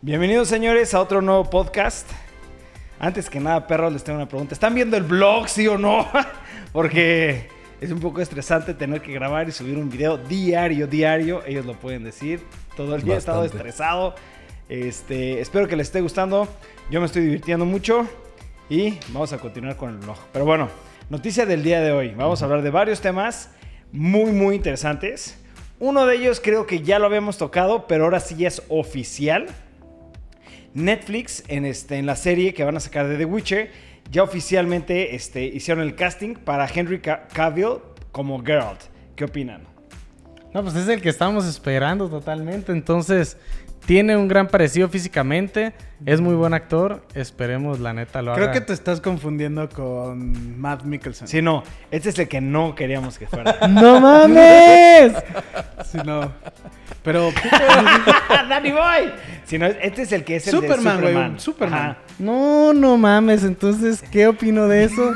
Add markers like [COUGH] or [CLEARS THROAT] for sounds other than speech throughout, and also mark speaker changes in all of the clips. Speaker 1: Bienvenidos señores a otro nuevo podcast. Antes que nada, perros, les tengo una pregunta. ¿Están viendo el blog, sí o no? [LAUGHS] Porque es un poco estresante tener que grabar y subir un video diario, diario. Ellos lo pueden decir. Todo el día he estado
Speaker 2: Bastante.
Speaker 1: estresado. Este, espero que les esté gustando. Yo me estoy divirtiendo mucho y vamos a continuar con el blog. Pero bueno, noticia del día de hoy. Vamos a hablar de varios temas muy, muy interesantes. Uno de ellos creo que ya lo habíamos tocado, pero ahora sí ya es oficial. Netflix en, este, en la serie que van a sacar de The Witcher ya oficialmente este, hicieron el casting para Henry Ca- Cavill como Geralt. ¿Qué opinan?
Speaker 3: No, pues es el que estábamos esperando totalmente. Entonces, tiene un gran parecido físicamente. Es muy buen actor. Esperemos, la neta, lo
Speaker 2: Creo
Speaker 3: haga.
Speaker 2: que te estás confundiendo con Matt Mickelson.
Speaker 1: Sí, no, este es el que no queríamos que fuera.
Speaker 2: [LAUGHS]
Speaker 3: ¡No mames!
Speaker 2: Sí, no. Pero
Speaker 1: ¡Danny Boy! Si no, este es el que es el
Speaker 2: Superman,
Speaker 1: de
Speaker 2: güey,
Speaker 1: Superman.
Speaker 2: un Superman.
Speaker 1: Ajá.
Speaker 3: No, no mames. Entonces, ¿qué opino de
Speaker 2: [LAUGHS]
Speaker 3: eso?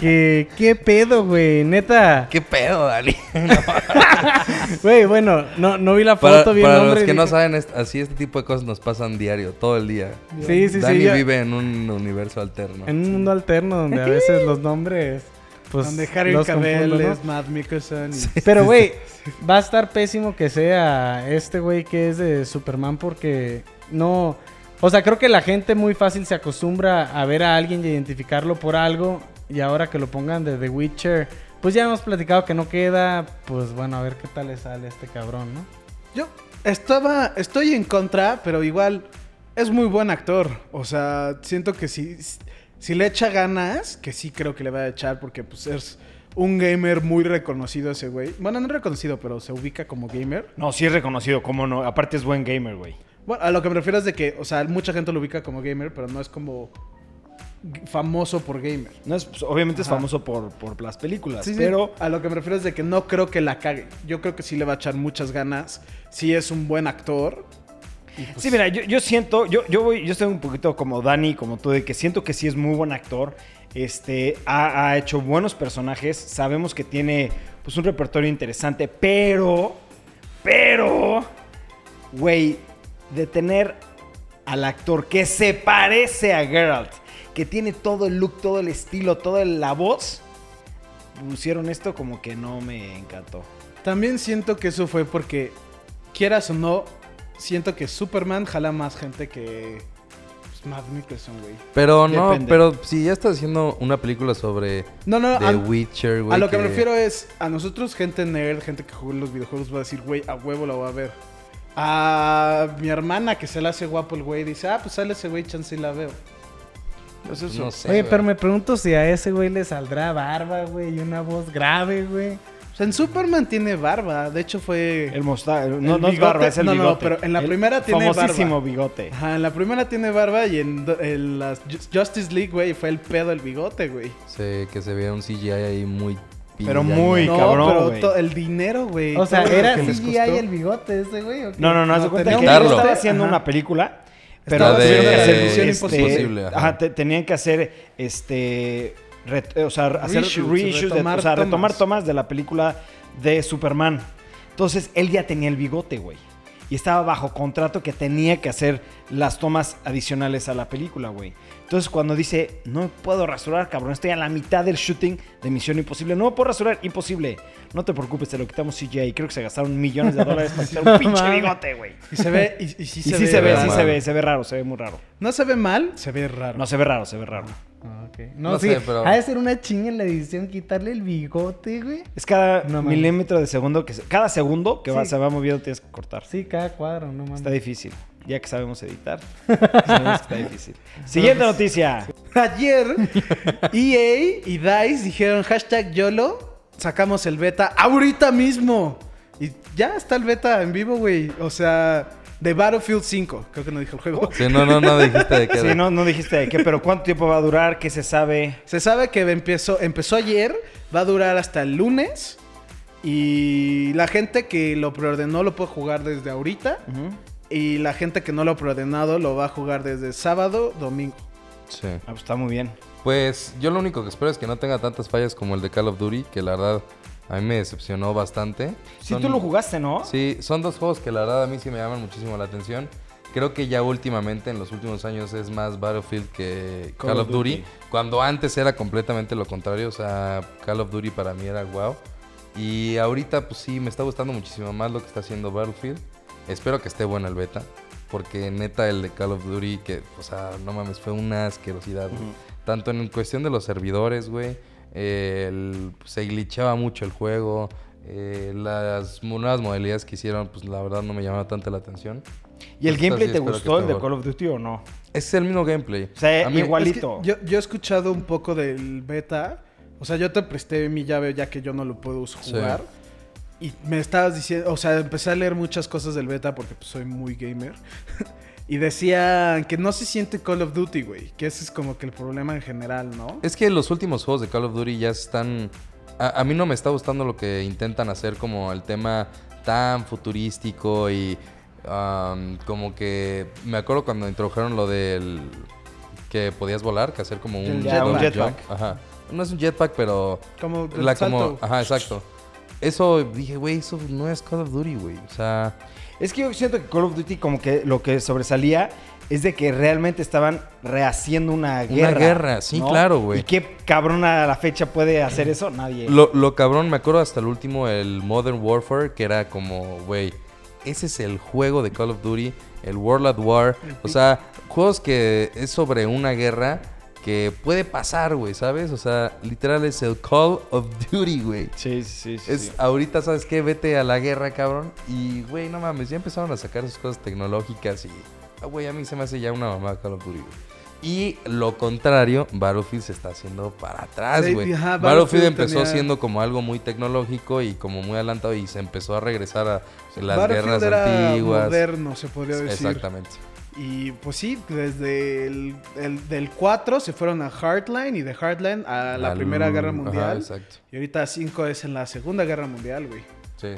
Speaker 3: ¿Qué, qué pedo, güey? Neta.
Speaker 4: ¿Qué pedo, Dali?
Speaker 3: Güey, bueno, no, no vi la
Speaker 4: Para,
Speaker 3: foto bien.
Speaker 4: para
Speaker 3: hombre,
Speaker 4: los que
Speaker 3: y
Speaker 4: no
Speaker 3: dije-
Speaker 4: saben, est- así este tipo de cosas nos pasan diario, todo el día.
Speaker 3: Sí, sí,
Speaker 4: Dani
Speaker 3: sí. yo-
Speaker 4: vive en un universo alterno.
Speaker 3: En un mundo alterno donde a veces los nombres. Pues,
Speaker 2: donde Harry
Speaker 3: los
Speaker 2: Cavill
Speaker 3: confundo, ¿no?
Speaker 2: es Matt Mickelson. y-
Speaker 3: Pero, güey, va a estar pésimo que sea este güey que es de Superman porque no... O sea, creo que la gente muy fácil se acostumbra a ver a alguien y identificarlo por algo. Y ahora que lo pongan de The Witcher, pues ya hemos platicado que no queda. Pues bueno, a ver qué tal le sale a este cabrón, ¿no?
Speaker 2: Yo estaba, estoy en contra, pero igual es muy buen actor. O sea, siento que si, si le echa ganas, que sí creo que le va a echar porque pues es un gamer muy reconocido ese güey. Bueno, no reconocido, pero se ubica como gamer.
Speaker 1: No, sí es reconocido, cómo no. Aparte es buen gamer, güey.
Speaker 2: Bueno, a lo que me refiero es de que, o sea, mucha gente lo ubica como gamer, pero no es como g- famoso por gamer.
Speaker 1: No es, pues, obviamente es
Speaker 2: Ajá.
Speaker 1: famoso por, por las películas,
Speaker 2: Sí, sí,
Speaker 1: pero
Speaker 2: a lo que me refiero es de que no creo que la cague. Yo creo que sí le va a echar muchas ganas. Sí es un buen actor. y, pues,
Speaker 1: Sí, mira, yo, yo siento, yo, yo voy, yo estoy un poquito como Dani, como tú, de que siento que sí es muy buen actor. Este, ha, ha hecho buenos personajes. Sabemos que tiene pues un repertorio interesante, pero, pero, güey, de tener al actor que se parece a Geralt, que tiene todo el look, todo el estilo, toda la voz, pusieron esto como que no me encantó.
Speaker 2: También siento que eso fue porque, quieras o no, siento que Superman jala más gente que pues, Matt Mickelson, güey.
Speaker 4: pero no,
Speaker 1: depende.
Speaker 4: pero si ya estás haciendo una película sobre
Speaker 2: No, no,
Speaker 4: The
Speaker 2: a,
Speaker 4: Witcher, güey.
Speaker 2: Ah, a lo que, me refiero es a nosotros, gente nerd, gente que juega los videojuegos, va a decir, güey, a huevo la voy a ver. A mi hermana que se la hace guapo el güey, dice, ah, pues sale ese güey, chance y la veo. Es eso.
Speaker 4: No sé,
Speaker 3: Oye,
Speaker 4: güey.
Speaker 3: pero me pregunto si a ese güey le saldrá barba, güey, y una voz grave, güey.
Speaker 2: O sea, en Superman tiene barba, de hecho fue...
Speaker 1: El mosta- no,
Speaker 2: El
Speaker 1: no es
Speaker 2: bigote-
Speaker 1: barba, es el
Speaker 2: no, no,
Speaker 1: bigote.
Speaker 2: pero en la
Speaker 1: El
Speaker 2: primera tiene barba.
Speaker 1: famosísimo bigote.
Speaker 2: Ajá, en la primera tiene barba y en, do- en las Ju- Justice League, güey, fue el pedo el bigote, güey.
Speaker 4: Se- que se vea un CGI ahí muy...
Speaker 1: Pero
Speaker 4: pilla,
Speaker 1: muy-
Speaker 4: ¿no?
Speaker 2: No,
Speaker 1: cabrón, güey.
Speaker 2: pero to- el dinero, güey.
Speaker 3: O sea,
Speaker 2: todo lo
Speaker 3: ¿era
Speaker 2: que les
Speaker 3: CGI
Speaker 2: costó.
Speaker 3: el bigote ese güey? ¿o qué?
Speaker 1: No, no, no, haz de
Speaker 2: No,
Speaker 1: cuenta que
Speaker 2: tenía
Speaker 1: ellos
Speaker 4: que
Speaker 1: estaban
Speaker 2: estar-
Speaker 1: haciendo
Speaker 2: ajá.
Speaker 1: una película, pero
Speaker 2: Estaba
Speaker 1: tuvieron que
Speaker 2: de
Speaker 1: hacer
Speaker 2: Misión
Speaker 1: este,
Speaker 4: Imposible, ajá.
Speaker 1: ajá, te- tenían que hacer este ret- eh, o sea, hacer
Speaker 2: Reshoots,
Speaker 1: reshoots, de-
Speaker 2: retomar
Speaker 1: o sea, retomar
Speaker 2: tomas.
Speaker 1: tomas de la película de Superman. Entonces, él ya tenía el bigote, güey. Y estaba bajo contrato que tenía que hacer las tomas adicionales a la película, güey. Entonces, cuando dice, no puedo rasurar, cabrón, estoy a la mitad del shooting de Misión Imposible. No puedo rasurar, imposible. No te preocupes, te lo quitamos CGI. Creo que se gastaron millones de dólares para hacer un pinche bigote, güey.
Speaker 2: Y se ve, y, y
Speaker 1: [LAUGHS]
Speaker 2: sí,
Speaker 1: Y
Speaker 2: se,
Speaker 1: sí
Speaker 2: ve,
Speaker 1: se ve,
Speaker 4: raro.
Speaker 1: sí se
Speaker 4: Mal.
Speaker 1: ve, se ve raro, se ve muy raro.
Speaker 2: No se ve mal, se ve raro.
Speaker 1: No, se ve raro, se ve raro.
Speaker 3: Ah, ok. No,
Speaker 4: No
Speaker 3: sí,
Speaker 4: sé, pero-
Speaker 3: ha de ser una chinga en la edición quitarle el bigote, güey.
Speaker 1: Es cada
Speaker 3: No mames.
Speaker 1: milímetro de segundo que se- cada segundo que va-
Speaker 3: Sí.
Speaker 1: se va moviendo tienes que cortar.
Speaker 3: Sí, cada cuadro, no mames.
Speaker 1: Está difícil. Ya que sabemos editar, sabemos que está difícil. Siguiente noticia. [LAUGHS]
Speaker 2: Ayer, EA y DICE dijeron hashtag YOLO, sacamos el beta ahorita mismo. Y ya está el beta en vivo, güey. O sea, de Battlefield 5. Creo que no dijo
Speaker 1: [LAUGHS]
Speaker 2: el juego.
Speaker 4: Sí, no, no, no dijiste de qué.
Speaker 1: Sí, no, no dijiste de qué, pero ¿cuánto tiempo va a durar? ¿Qué se sabe?
Speaker 2: Se sabe que empezó, empezó ayer, va a durar hasta el lunes. Y la gente que lo preordenó lo puede jugar desde ahorita. Y la gente que no lo ha preordenado lo va a jugar desde sábado, domingo.
Speaker 4: Sí.
Speaker 1: Ah, pues está muy bien.
Speaker 4: Pues yo lo único que espero es que no tenga tantas fallas como el de Call of Duty, que la verdad a mí me decepcionó bastante.
Speaker 1: Si
Speaker 4: Son-
Speaker 1: tú lo jugaste, ¿no?
Speaker 4: Sí, son dos juegos que la verdad a mí sí me llaman muchísimo la atención. Creo que ya últimamente, en los últimos años, es más Battlefield que
Speaker 2: Call
Speaker 4: Call,
Speaker 2: of
Speaker 4: of
Speaker 2: Duty.
Speaker 4: Duty. Cuando antes era completamente lo contrario. O sea, Call of Duty para mí era wow. Y ahorita, pues sí, me está gustando muchísimo más lo que está haciendo Battlefield. Espero que esté bueno el beta. Porque neta, el de Call of Duty, que, o sea, no mames, fue una asquerosidad. güey. Tanto en cuestión de los servidores, güey. eh, el- se glitchaba mucho el juego. eh, las mo- nuevas modalidades que hicieron, pues la verdad no me llamaba tanta la atención.
Speaker 1: ¿Y el
Speaker 4: Entonces,
Speaker 1: gameplay
Speaker 4: sí,
Speaker 1: te
Speaker 4: espero que
Speaker 1: gustó el
Speaker 4: esté
Speaker 1: de Call
Speaker 4: bueno.
Speaker 1: of Duty o no?
Speaker 4: Es el mismo gameplay.
Speaker 1: O sea,
Speaker 4: A mí-
Speaker 1: igual-
Speaker 2: Es que
Speaker 1: Igualito.
Speaker 2: yo, yo he escuchado un poco del beta. O sea, yo te presté mi llave ya que yo no lo puedo us-
Speaker 4: Sí.
Speaker 2: jugar. Y me estabas diciendo, o sea, empecé a leer muchas cosas del beta porque pues, soy muy gamer. [LAUGHS] y decían que no se siente Call of Duty, güey. Que ese es como que el problema en general, ¿no?
Speaker 4: Es que los últimos juegos de Call of Duty ya están... A, a mí no me está gustando lo que intentan hacer como el tema tan futurístico y am, como que... Me acuerdo cuando introdujeron lo del... que podías volar, que hacer como un,
Speaker 1: El ya,
Speaker 4: double
Speaker 1: un
Speaker 4: jump.
Speaker 1: jetpack.
Speaker 4: Ajá. No es un jetpack, pero...
Speaker 2: Como el
Speaker 4: La como...
Speaker 2: salto.
Speaker 4: Ajá, exacto. Eso, dije, güey, eso no es Call of Duty, güey. O sea...
Speaker 1: Es que yo siento que Call of Duty como que lo que sobresalía es de que realmente estaban rehaciendo una guerra.
Speaker 4: guerra, sí, claro, güey.
Speaker 1: ¿Y qué cabrón a la fecha puede hacer eso? Nadie.
Speaker 4: Lo, lo cabrón, me acuerdo hasta el último, el Modern Warfare, que era como, güey, ese es el juego de Call of Duty, el World at War. O sea, juegos que es sobre una guerra que puede pasar, güey, ¿sabes? O sea, literal es el Call of Duty, güey.
Speaker 1: Sí, sí, sí.
Speaker 4: Es ahorita, ¿sabes qué? Vete a la guerra, cabrón. Y, güey, no mames, ya empezaron a sacar sus cosas tecnológicas y, ah, güey, a mí se me hace ya una mamá Call of Duty, güey. Y lo contrario, Battlefield se está haciendo para atrás,
Speaker 2: Sí,
Speaker 4: güey.
Speaker 2: ajá,
Speaker 4: Battlefield,
Speaker 2: Battlefield
Speaker 4: empezó
Speaker 2: tenía-
Speaker 4: siendo como algo muy tecnológico y como muy adelantado y se empezó a regresar a las
Speaker 2: Battlefield
Speaker 4: guerras
Speaker 2: era
Speaker 4: antiguas.
Speaker 2: moderno, se podría decir.
Speaker 4: Exactamente.
Speaker 2: Y pues sí, desde el, el- del 4 se fueron a Hardline y de Hardline a la,
Speaker 4: Al-
Speaker 2: Primera Guerra
Speaker 4: ajá,
Speaker 2: Mundial.
Speaker 4: exacto.
Speaker 2: y ahorita 5 es en la Segunda Guerra Mundial, güey.
Speaker 4: Sí.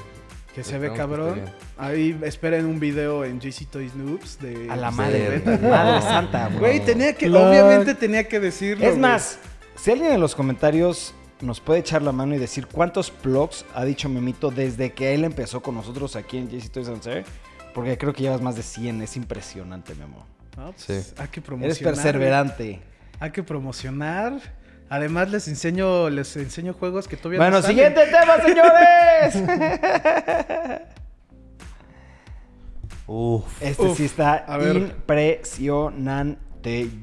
Speaker 2: Que se ve
Speaker 4: Esperemos que
Speaker 2: cabrón.
Speaker 4: esté
Speaker 2: Ahí esperen un video en JC Toys Noobs de...
Speaker 1: A la
Speaker 4: Sí,
Speaker 1: madre.
Speaker 4: güey.
Speaker 1: Madre santa,
Speaker 4: No.
Speaker 1: güey.
Speaker 2: Güey, tenía que...
Speaker 3: Lol.
Speaker 2: Obviamente tenía que decirlo.
Speaker 1: Es
Speaker 2: güey.
Speaker 1: más, si alguien en los comentarios nos puede echar la mano y decir cuántos blogs ha dicho Memito desde que él empezó con nosotros aquí en JC Toys and Sir, porque creo que llevas más de 100, es impresionante, Memo.
Speaker 2: No, pues,
Speaker 4: Sí.
Speaker 2: Hay que promocionar.
Speaker 1: Eres perseverante.
Speaker 2: Hay que promocionar. Además les enseño, les enseño juegos que todavía
Speaker 1: Bueno,
Speaker 2: no salen.
Speaker 1: siguiente tema, señores.
Speaker 2: [LAUGHS]
Speaker 4: Uf.
Speaker 1: Este
Speaker 2: Uf,
Speaker 1: sí está
Speaker 2: a ver.
Speaker 1: impresionante.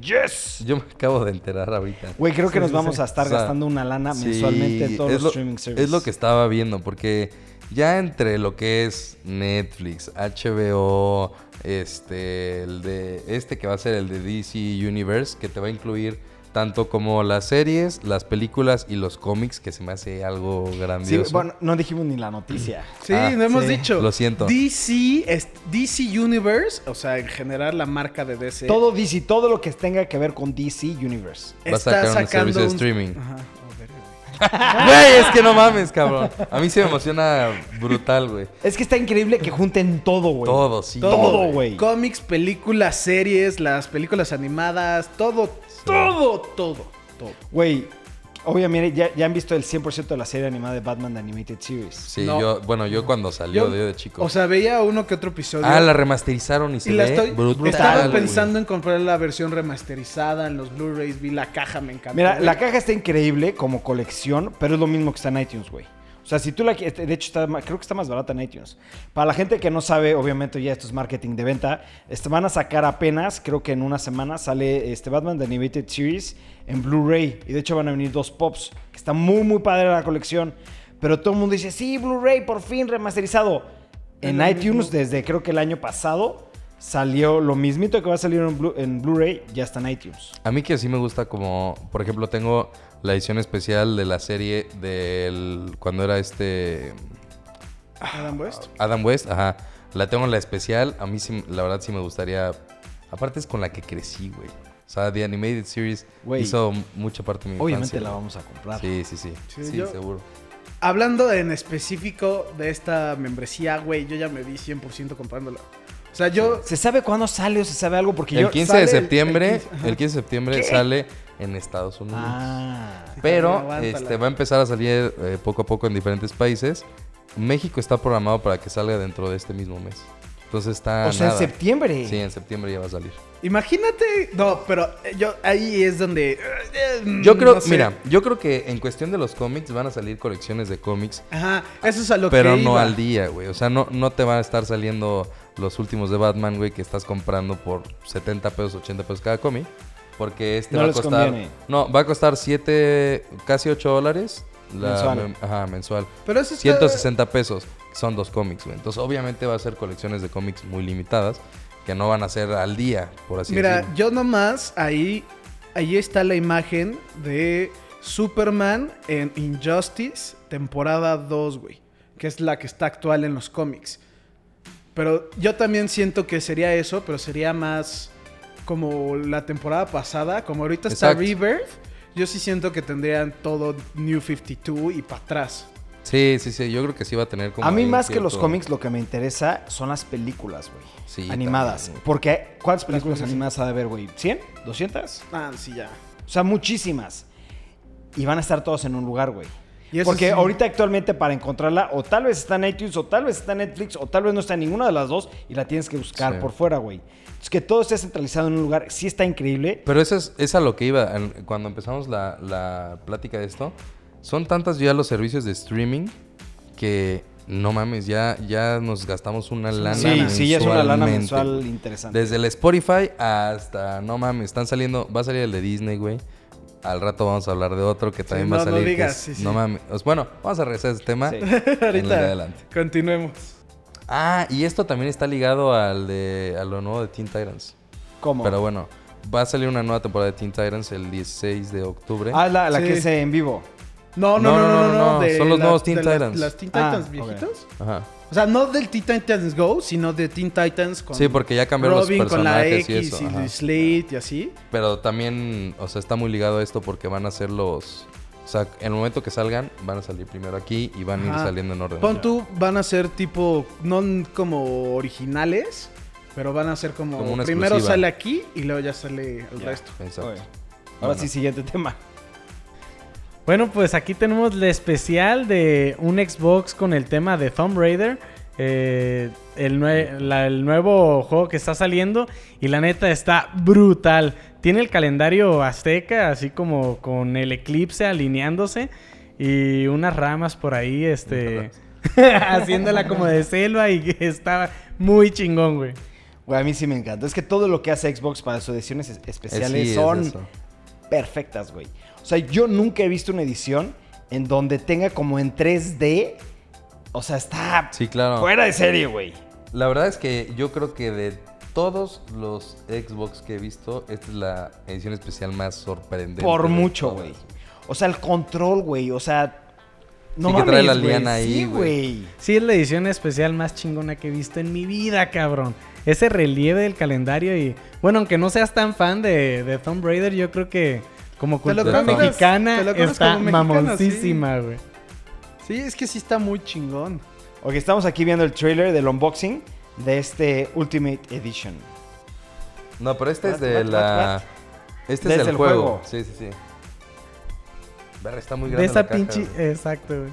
Speaker 1: ¡Yes!
Speaker 4: Yo me acabo de enterar ahorita.
Speaker 1: Güey, creo que
Speaker 4: Sí,
Speaker 1: nos
Speaker 4: sí,
Speaker 1: vamos
Speaker 4: sí.
Speaker 1: a estar
Speaker 4: O sea,
Speaker 1: gastando una lana
Speaker 4: sí,
Speaker 1: mensualmente en todos
Speaker 4: es
Speaker 1: los
Speaker 4: lo-
Speaker 1: streaming services.
Speaker 4: Es lo que estaba viendo, porque ya entre lo que es Netflix, HBO, este, el de, este que va a ser el de DC Universe, que te va a incluir tanto como las series, las películas y los cómics, que se me hace algo
Speaker 1: Sí,
Speaker 4: grandioso.
Speaker 1: bueno, no dijimos ni la noticia.
Speaker 2: Sí,
Speaker 4: Ah,
Speaker 2: no hemos
Speaker 4: sí.
Speaker 2: dicho.
Speaker 4: Lo siento.
Speaker 2: DC, es- DC Universe, o sea, en general la marca de DC.
Speaker 1: Todo DC, todo lo que tenga que ver con DC Universe.
Speaker 4: Va a sacar un servicio de streaming.
Speaker 2: Ajá, a ver, güey.
Speaker 4: Güey, es que no mames, cabrón. A mí se me emociona brutal, güey.
Speaker 1: Es que está increíble que junten todo, güey.
Speaker 4: Todo, sí.
Speaker 1: Todo, güey.
Speaker 2: Cómics, películas, series, las películas animadas, todo, todo, todo, todo.
Speaker 1: Güey, obviamente ya, ya han visto el 100% de la serie animada de Batman The Animated Series.
Speaker 4: Sí,
Speaker 2: No.
Speaker 4: yo, bueno, yo cuando salió de, de chico.
Speaker 2: O sea, veía uno que otro episodio.
Speaker 4: ah, la remasterizaron y se
Speaker 2: y la
Speaker 4: ve
Speaker 2: estoy.
Speaker 4: brutal,
Speaker 2: estaba
Speaker 4: güey.
Speaker 2: pensando en comprar la versión remasterizada en los Blu-rays, vi la caja, me encantó.
Speaker 1: Mira,
Speaker 2: güey.
Speaker 1: la caja está increíble como colección, pero es lo mismo que está en iTunes, güey. O sea, si tú la qui- de hecho está ma- creo que está más barata en iTunes. Para la gente que no sabe, obviamente ya esto es marketing de venta, este, van a sacar apenas, creo que en una semana sale este Batman The Animated Series en Blu-ray y de hecho van a venir dos pops, que está muy muy padre la colección, pero todo el mundo dice, "Sí, Blu-ray por fin remasterizado." En
Speaker 2: Es lo
Speaker 1: iTunes
Speaker 2: mismo.
Speaker 1: desde creo que el año pasado salió lo mismito que va a salir en Blu- en Blu-ray, ya está en iTunes.
Speaker 4: A mí que sí me gusta como, por ejemplo, tengo la edición especial de la serie del cuando era este
Speaker 2: Adam West.
Speaker 4: Adam West, ajá. La tengo en la especial, a mí sí, la verdad sí me gustaría. Aparte es con la que crecí, güey. O sea, The Animated Series
Speaker 1: Güey.
Speaker 4: hizo mucha parte de mi
Speaker 1: Obviamente
Speaker 4: infancia,
Speaker 1: la
Speaker 4: güey.
Speaker 1: vamos a comprar.
Speaker 4: Sí, sí, sí.
Speaker 2: Sí,
Speaker 4: Sí,
Speaker 2: yo-
Speaker 4: seguro.
Speaker 2: Hablando en específico de esta membresía, güey, yo ya me vi 100% comprándola. O sea, yo...
Speaker 1: ¿Se sabe cuándo sale o se sabe algo? Porque yo...
Speaker 4: El 15
Speaker 2: sale
Speaker 4: de
Speaker 2: el-
Speaker 4: septiembre,
Speaker 2: el
Speaker 4: el
Speaker 2: 15,
Speaker 4: 15, de septiembre sale en Estados Unidos.
Speaker 1: Ah.
Speaker 4: Pero
Speaker 2: Aguántala.
Speaker 4: este, va a empezar a salir eh, poco a poco en diferentes países. México está programado para que salga dentro de este mismo mes. Entonces está.
Speaker 1: O sea, en
Speaker 4: nada.
Speaker 1: septiembre.
Speaker 4: Sí, en septiembre ya va a salir.
Speaker 2: Imagínate. No, pero eh, yo ahí es donde. eh,
Speaker 1: Mm,
Speaker 4: Yo creo,
Speaker 2: no sé.
Speaker 4: mira, yo creo que en cuestión de los cómics van a salir colecciones de cómics,
Speaker 2: Ajá, eso es a lo
Speaker 4: pero
Speaker 2: que.
Speaker 4: no
Speaker 2: iba.
Speaker 4: al día, güey. O sea, no, no te van a estar saliendo los últimos de Batman, güey, que estás comprando por 70 pesos, 80 pesos cada cómic. Porque este
Speaker 1: No
Speaker 4: va a
Speaker 1: les
Speaker 4: costar.
Speaker 1: conviene.
Speaker 4: No, va a costar 7, casi 8 dólares. la
Speaker 1: Mensual.
Speaker 4: mem- ajá, mensual.
Speaker 2: Pero eso está-
Speaker 4: 160 pesos. Son dos cómics, güey. Entonces, obviamente va a ser colecciones de cómics muy limitadas que no van a ser al día, por así
Speaker 2: Mira,
Speaker 4: decirlo.
Speaker 2: yo nomás ahí, ahí está la imagen de Superman en Injustice, temporada 2, güey. Que es la que está actual en los cómics. Pero yo también siento que sería eso, pero sería más como la temporada pasada. Como ahorita está
Speaker 4: Exacto.
Speaker 2: Rebirth, yo sí siento que tendrían todo New 52 y para atrás.
Speaker 4: Sí, sí, sí. Yo creo que sí va a tener como.
Speaker 1: A mí
Speaker 4: ahí un
Speaker 1: más que los
Speaker 4: cierto-
Speaker 1: cómics lo que me interesa son las películas, güey.
Speaker 4: Sí,
Speaker 1: animadas.
Speaker 4: también, güey.
Speaker 1: Porque ¿cuántas películas
Speaker 2: Las-
Speaker 1: animadas ha de haber, güey? ¿100? ¿200?
Speaker 2: Ah, sí, ya.
Speaker 1: O sea, muchísimas. Y van a estar todos en un lugar, güey.
Speaker 2: Y eso
Speaker 1: Porque
Speaker 2: sí.
Speaker 1: ahorita actualmente para encontrarla, o tal vez está en iTunes, o tal vez está en Netflix, o tal vez no está en ninguna de las dos, y la tienes que buscar
Speaker 4: Sí.
Speaker 1: por fuera, güey. Entonces, que todo esté centralizado en un lugar, sí está increíble.
Speaker 4: Pero eso es, es a lo que iba en- cuando empezamos la, la plática de esto. Son tantas ya los servicios de streaming que no mames, ya, ya nos gastamos una lana.
Speaker 1: sí, sí, ya es una lana
Speaker 4: mensualmente,
Speaker 1: mensual
Speaker 4: güey.
Speaker 1: interesante.
Speaker 4: Desde el Spotify hasta, no mames, están saliendo, va a salir el de Disney, güey. Al rato vamos a hablar de otro que también
Speaker 2: Sí,
Speaker 4: va
Speaker 2: no,
Speaker 4: a
Speaker 2: no
Speaker 4: salir. que
Speaker 2: digas,
Speaker 4: es-
Speaker 2: sí, sí.
Speaker 4: No mames. Pues, Bueno, vamos a regresar a ese tema.
Speaker 2: [LAUGHS]
Speaker 1: Sí.
Speaker 4: en el de
Speaker 2: Ahorita.
Speaker 4: adelante.
Speaker 2: Continuemos.
Speaker 4: Ah, y esto también está ligado al de, a lo nuevo de Teen Titans.
Speaker 1: ¿Cómo?
Speaker 4: Pero bueno, va a salir una nueva temporada de Teen Titans el 16 de octubre.
Speaker 1: ah, la, la
Speaker 2: Sí.
Speaker 1: que es en vivo.
Speaker 2: No, no, no, no, no.
Speaker 4: no,
Speaker 2: de
Speaker 4: son los nuevos Teen
Speaker 2: de las-
Speaker 4: Titans.
Speaker 2: Las Teen
Speaker 1: Ah,
Speaker 2: Titans
Speaker 1: ok.
Speaker 2: viejitos.
Speaker 4: Ajá.
Speaker 2: O sea, no del Teen Titans Go, sino de Teen Titans con
Speaker 4: Sí, porque ya cambiaron los
Speaker 2: Robin, con la
Speaker 4: personajes
Speaker 2: X
Speaker 4: y
Speaker 2: y,
Speaker 4: eso, ajá.
Speaker 2: Slate y así.
Speaker 4: Pero también, o sea, está muy ligado a esto porque van a ser los... O sea, en el momento que salgan, van a salir primero aquí y van a ir
Speaker 2: Ajá.
Speaker 4: saliendo en orden.
Speaker 2: Pon tú, van a ser tipo, no como originales, pero van a ser como,
Speaker 4: Como una
Speaker 2: primero
Speaker 4: exclusiva.
Speaker 2: sale aquí y luego ya sale el resto.
Speaker 4: Exacto.
Speaker 1: Oye. Ahora
Speaker 4: Bueno.
Speaker 1: sí, siguiente tema.
Speaker 3: Bueno, pues aquí tenemos el especial de un Xbox con el tema de Tomb Raider. eh, el, nue- la- el nuevo juego que está saliendo y la neta está brutal. Tiene el calendario azteca, así como con el eclipse alineándose y unas ramas por ahí, este, [LAUGHS] haciéndola como de selva y [LAUGHS] está muy chingón, güey.
Speaker 1: Güey, a mí sí me encanta. Es que todo lo que hace Xbox para sus ediciones es-
Speaker 4: Eh, sí,
Speaker 1: especiales
Speaker 4: es
Speaker 1: son
Speaker 4: eso.
Speaker 1: perfectas, güey. O sea, yo nunca he visto una edición en donde tenga como en 3D. O sea, está
Speaker 4: Sí, claro.
Speaker 1: fuera de serie, güey.
Speaker 4: La verdad es que yo creo que de todos los Xbox que he visto, esta es la edición especial más sorprendente.
Speaker 1: Por
Speaker 4: de
Speaker 1: mucho,
Speaker 4: todas.
Speaker 1: güey. O sea, el control, güey. O sea, no
Speaker 4: Sí, que
Speaker 1: mames,
Speaker 4: trae la
Speaker 1: güey.
Speaker 4: liana ahí,
Speaker 1: Sí,
Speaker 4: güey.
Speaker 1: güey.
Speaker 3: Sí, es la edición especial más chingona que he visto en mi vida, cabrón. Ese relieve del calendario y... Bueno, aunque no seas tan fan de, de Tomb Raider, yo creo que como
Speaker 2: Te lo
Speaker 3: cultura
Speaker 4: comes-
Speaker 3: mexicana
Speaker 2: te lo comes
Speaker 3: está
Speaker 2: como mexicano,
Speaker 3: mamoncísima, güey.
Speaker 2: Sí, es que sí está muy chingón.
Speaker 1: Ok, estamos aquí viendo el trailer del unboxing de este Ultimate Edition.
Speaker 4: No, pero este es
Speaker 1: What,
Speaker 4: de
Speaker 1: what, what,
Speaker 4: la...
Speaker 1: what?
Speaker 4: Este
Speaker 1: Desde
Speaker 4: es del
Speaker 1: el
Speaker 4: juego.
Speaker 1: juego.
Speaker 4: Sí, sí, sí. Verga, está muy grande
Speaker 3: De esa
Speaker 4: la caja,
Speaker 3: pinche... eh,
Speaker 4: güey.
Speaker 3: Exacto, güey.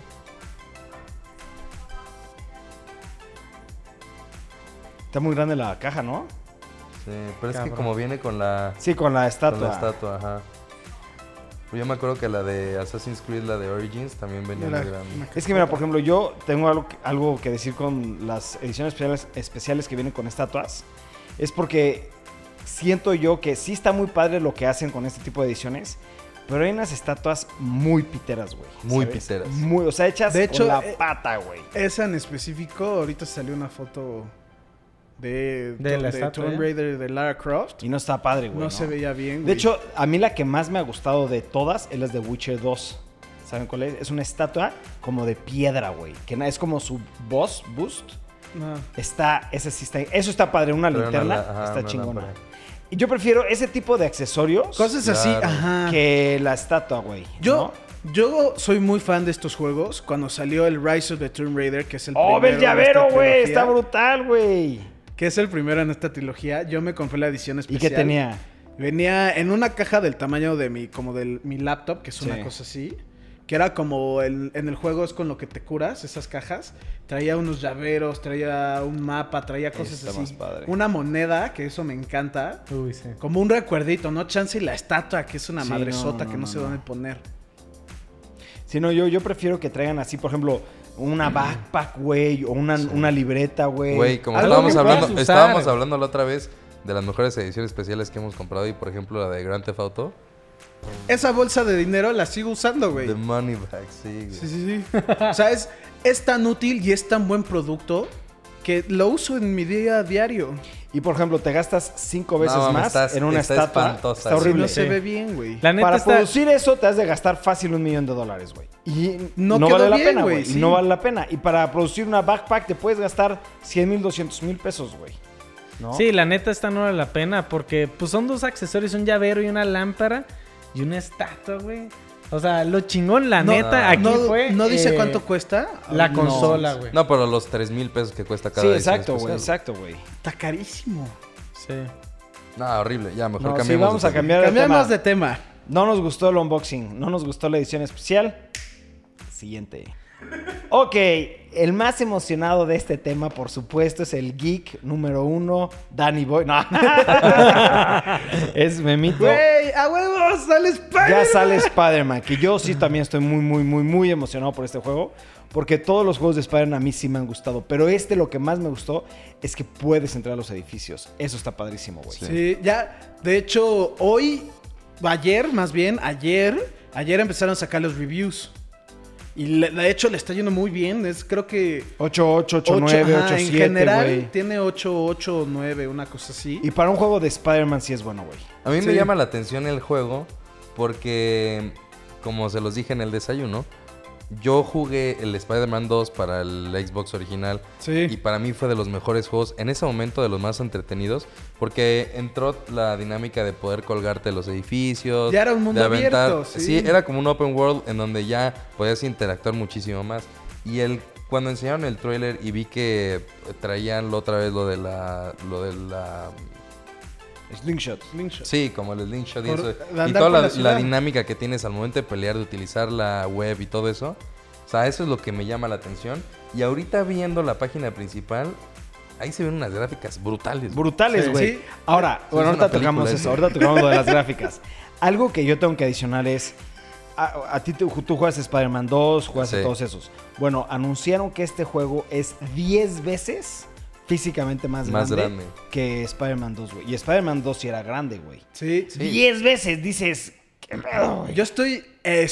Speaker 1: Está muy grande la caja, ¿no?
Speaker 4: Sí, pero es que
Speaker 3: Cabrón.
Speaker 4: como viene con la...
Speaker 1: Sí, con la
Speaker 4: Con
Speaker 1: estatua.
Speaker 4: la estatua, ajá. Pero yo me acuerdo que la de Assassin's Creed, la de Origins, también venía
Speaker 2: La-
Speaker 4: muy grande.
Speaker 1: Es que mira, por ejemplo, yo tengo algo que, algo que decir con las ediciones especiales, especiales que vienen con estatuas. Es porque siento yo que sí está muy padre lo que hacen con este tipo de ediciones, pero hay unas estatuas muy piteras, güey.
Speaker 4: Muy piteras.
Speaker 1: Muy, o sea, hechas
Speaker 2: De
Speaker 1: con
Speaker 2: hecho,
Speaker 1: la
Speaker 2: eh,
Speaker 1: pata, güey.
Speaker 2: Esa en específico, ahorita salió una foto de,
Speaker 3: De la estatua,
Speaker 2: Tomb
Speaker 3: ¿eh?
Speaker 2: Raider de Lara Croft.
Speaker 1: Y no está padre, güey.
Speaker 2: no, se veía bien,
Speaker 1: De
Speaker 2: güey.
Speaker 1: hecho, a mí la que más me ha gustado de todas es las de Witcher 2. ¿Saben cuál es? Es una estatua como de piedra, güey. Que na- es como su boss, boost.
Speaker 2: No.
Speaker 1: Está, ese sí está, eso está padre, una
Speaker 4: Pero una
Speaker 1: linterna
Speaker 4: la- ajá,
Speaker 1: está
Speaker 4: una
Speaker 1: chingona.
Speaker 4: lámpara.
Speaker 1: Y yo prefiero ese tipo de accesorios
Speaker 2: Cosas así,
Speaker 4: Claro.
Speaker 2: ajá.
Speaker 1: que la estatua, güey.
Speaker 2: Yo,
Speaker 1: ¿no?
Speaker 2: yo soy muy fan de estos juegos. Cuando salió el Rise of the Tomb Raider, que es el
Speaker 1: ¡Oh, ve el
Speaker 2: primero en esta
Speaker 1: llavero, güey!
Speaker 2: trilogía,
Speaker 1: Está brutal, güey.
Speaker 2: Que es el primero en esta trilogía. Yo me compré la edición
Speaker 1: ¿Y
Speaker 2: especial.
Speaker 1: qué tenía?
Speaker 2: Venía en una caja del tamaño de mi, como de mi laptop, que es una
Speaker 1: Sí.
Speaker 2: cosa así. que era como el- en el juego es con lo que te curas, esas cajas. Traía unos llaveros, traía un mapa, traía cosas
Speaker 4: Está
Speaker 2: así.
Speaker 4: más padre.
Speaker 2: Una moneda, que eso me encanta.
Speaker 3: Uy, sí.
Speaker 2: Como un recuerdito, ¿no? Chance y la estatua, que es una
Speaker 1: Sí, no,
Speaker 2: madresota
Speaker 1: no,
Speaker 2: que no,
Speaker 1: no,
Speaker 2: sé
Speaker 1: no.
Speaker 2: dónde poner.
Speaker 1: Si no, yo, yo prefiero que traigan así, por ejemplo,
Speaker 4: [CLEARS THROAT]
Speaker 1: una backpack, güey, o una, una libreta, güey.
Speaker 4: Güey, como
Speaker 1: Algo
Speaker 4: estábamos
Speaker 1: que
Speaker 4: hablando,
Speaker 1: puedas usar.
Speaker 4: estábamos hablando la otra vez de las mejores ediciones especiales que hemos comprado y por ejemplo la de Grand Theft Auto,
Speaker 2: Esa bolsa de dinero la sigo usando, güey.
Speaker 4: The Money Bag, sí, güey.
Speaker 2: Sí, sí, sí. o sea, es, es tan útil y es tan buen producto que lo uso en mi día a diario.
Speaker 1: Y por ejemplo, te gastas cinco veces
Speaker 4: mames,
Speaker 1: más
Speaker 4: estás-
Speaker 1: en una
Speaker 4: está
Speaker 1: estatua.
Speaker 4: espantosa,
Speaker 1: Está
Speaker 4: sí.
Speaker 2: Si
Speaker 1: horrible.
Speaker 2: no se
Speaker 3: Sí.
Speaker 2: ve bien, güey.
Speaker 3: La neta
Speaker 1: Para
Speaker 3: está-
Speaker 1: producir eso te has de gastar fácil un millón de dólares, güey. Y
Speaker 2: No
Speaker 1: no,
Speaker 2: quedó
Speaker 1: vale la
Speaker 2: bien,
Speaker 1: pena,
Speaker 2: güey,
Speaker 1: güey. Y
Speaker 2: sí.
Speaker 1: No vale la pena. Y para producir una backpack te puedes gastar 100 mil, 200 mil pesos, güey. ¿No?
Speaker 3: Sí, la neta esta no vale la pena porque pues son dos accesorios, un llavero y una lámpara y una estatua, güey. O sea, lo chingón, la
Speaker 2: No,
Speaker 3: neta, aquí
Speaker 2: no,
Speaker 3: fue...
Speaker 2: ¿No dice
Speaker 3: eh,
Speaker 2: cuánto cuesta?
Speaker 3: La
Speaker 2: No.
Speaker 3: consola, güey.
Speaker 4: No, pero los 3 mil pesos que cuesta cada
Speaker 1: Sí,
Speaker 4: edición
Speaker 1: exacto, güey.
Speaker 4: especial.
Speaker 1: Exacto, güey.
Speaker 2: Está carísimo.
Speaker 3: Sí.
Speaker 4: No, horrible, ya, mejor
Speaker 1: No, sí,
Speaker 4: cambiamos.
Speaker 1: vamos
Speaker 4: de
Speaker 1: a
Speaker 4: tema.
Speaker 1: cambiar de
Speaker 2: Cambiamos
Speaker 1: tema.
Speaker 2: de tema.
Speaker 1: No nos gustó el unboxing, no nos gustó la edición especial. Siguiente. Ok, el más emocionado de este tema, por supuesto, es el geek número uno, Danny Boy.
Speaker 2: [LAUGHS]
Speaker 1: No. es memito.
Speaker 2: Güey, a huevo, sale Spider-Man.
Speaker 1: Ya sale Spider-Man, que yo sí también estoy muy, muy, muy, muy emocionado por este juego. Porque todos los juegos de Spider-Man a mí sí me han gustado. Pero este lo que más me gustó es que puedes entrar a los edificios. Eso está padrísimo, güey.
Speaker 2: Sí, ya. De hecho, hoy, ayer más bien, ayer, ayer empezaron a sacar los reviews. Y le- de hecho le está yendo muy bien. Es creo que
Speaker 1: 8, 8, 8,
Speaker 2: ocho-
Speaker 1: 9,
Speaker 2: ajá,
Speaker 1: 8,
Speaker 2: En
Speaker 1: 7,
Speaker 2: general
Speaker 1: güey.
Speaker 2: tiene 8, 8, 9, una cosa así.
Speaker 1: Y para un juego de Spider-Man sí es bueno, güey.
Speaker 4: A mí me
Speaker 2: Sí.
Speaker 4: llama la atención el juego porque, como se los dije en el desayuno, yo jugué el Spider-Man 2 para el Xbox original
Speaker 2: Sí.
Speaker 4: y para mí fue de los mejores juegos, en ese momento de los más entretenidos, porque entró la dinámica de poder colgarte los edificios.
Speaker 2: Ya era un mundo
Speaker 4: de aventar-
Speaker 2: abierto, sí.
Speaker 4: era como un open world en donde ya podías interactuar muchísimo más. Y el, cuando enseñaron el tráiler y vi que traían lo- otra vez lo de la... Lo de la
Speaker 1: Slingshot.
Speaker 2: Slingshot.
Speaker 4: Sí, como el slingshot y
Speaker 2: Por-
Speaker 4: eso.
Speaker 2: de
Speaker 4: Y
Speaker 2: andar
Speaker 4: toda
Speaker 2: por la
Speaker 4: la, la
Speaker 2: ciudad.
Speaker 4: dinámica que tienes al momento de pelear, de utilizar la web y todo eso. O sea, eso es lo que me llama la atención. Y ahorita viendo la página principal, ahí se ven unas gráficas brutales. güey.
Speaker 1: Brutales,
Speaker 2: Sí.
Speaker 1: güey.
Speaker 2: Sí.
Speaker 1: Ahora,
Speaker 4: Es
Speaker 1: bueno,
Speaker 4: una
Speaker 1: ahorita
Speaker 4: película,
Speaker 1: tocamos
Speaker 4: ¿eh?
Speaker 1: eso, ahorita tocamos lo de
Speaker 4: [LAUGHS]
Speaker 1: las gráficas. Algo que yo tengo que adicionar es, a, a ti te- tú juegas Spider-Man 2, juegas a
Speaker 4: Sí.
Speaker 1: todos esos. Bueno, anunciaron que este juego es 10 veces físicamente más,
Speaker 4: Más
Speaker 1: grande,
Speaker 4: grande.
Speaker 1: que Spider-Man 2, güey. Y Spider-Man 2 sí era grande, güey.
Speaker 2: Sí.
Speaker 4: Sí.
Speaker 1: 10 veces dices, qué pedo, güey.
Speaker 2: Yo estoy eh,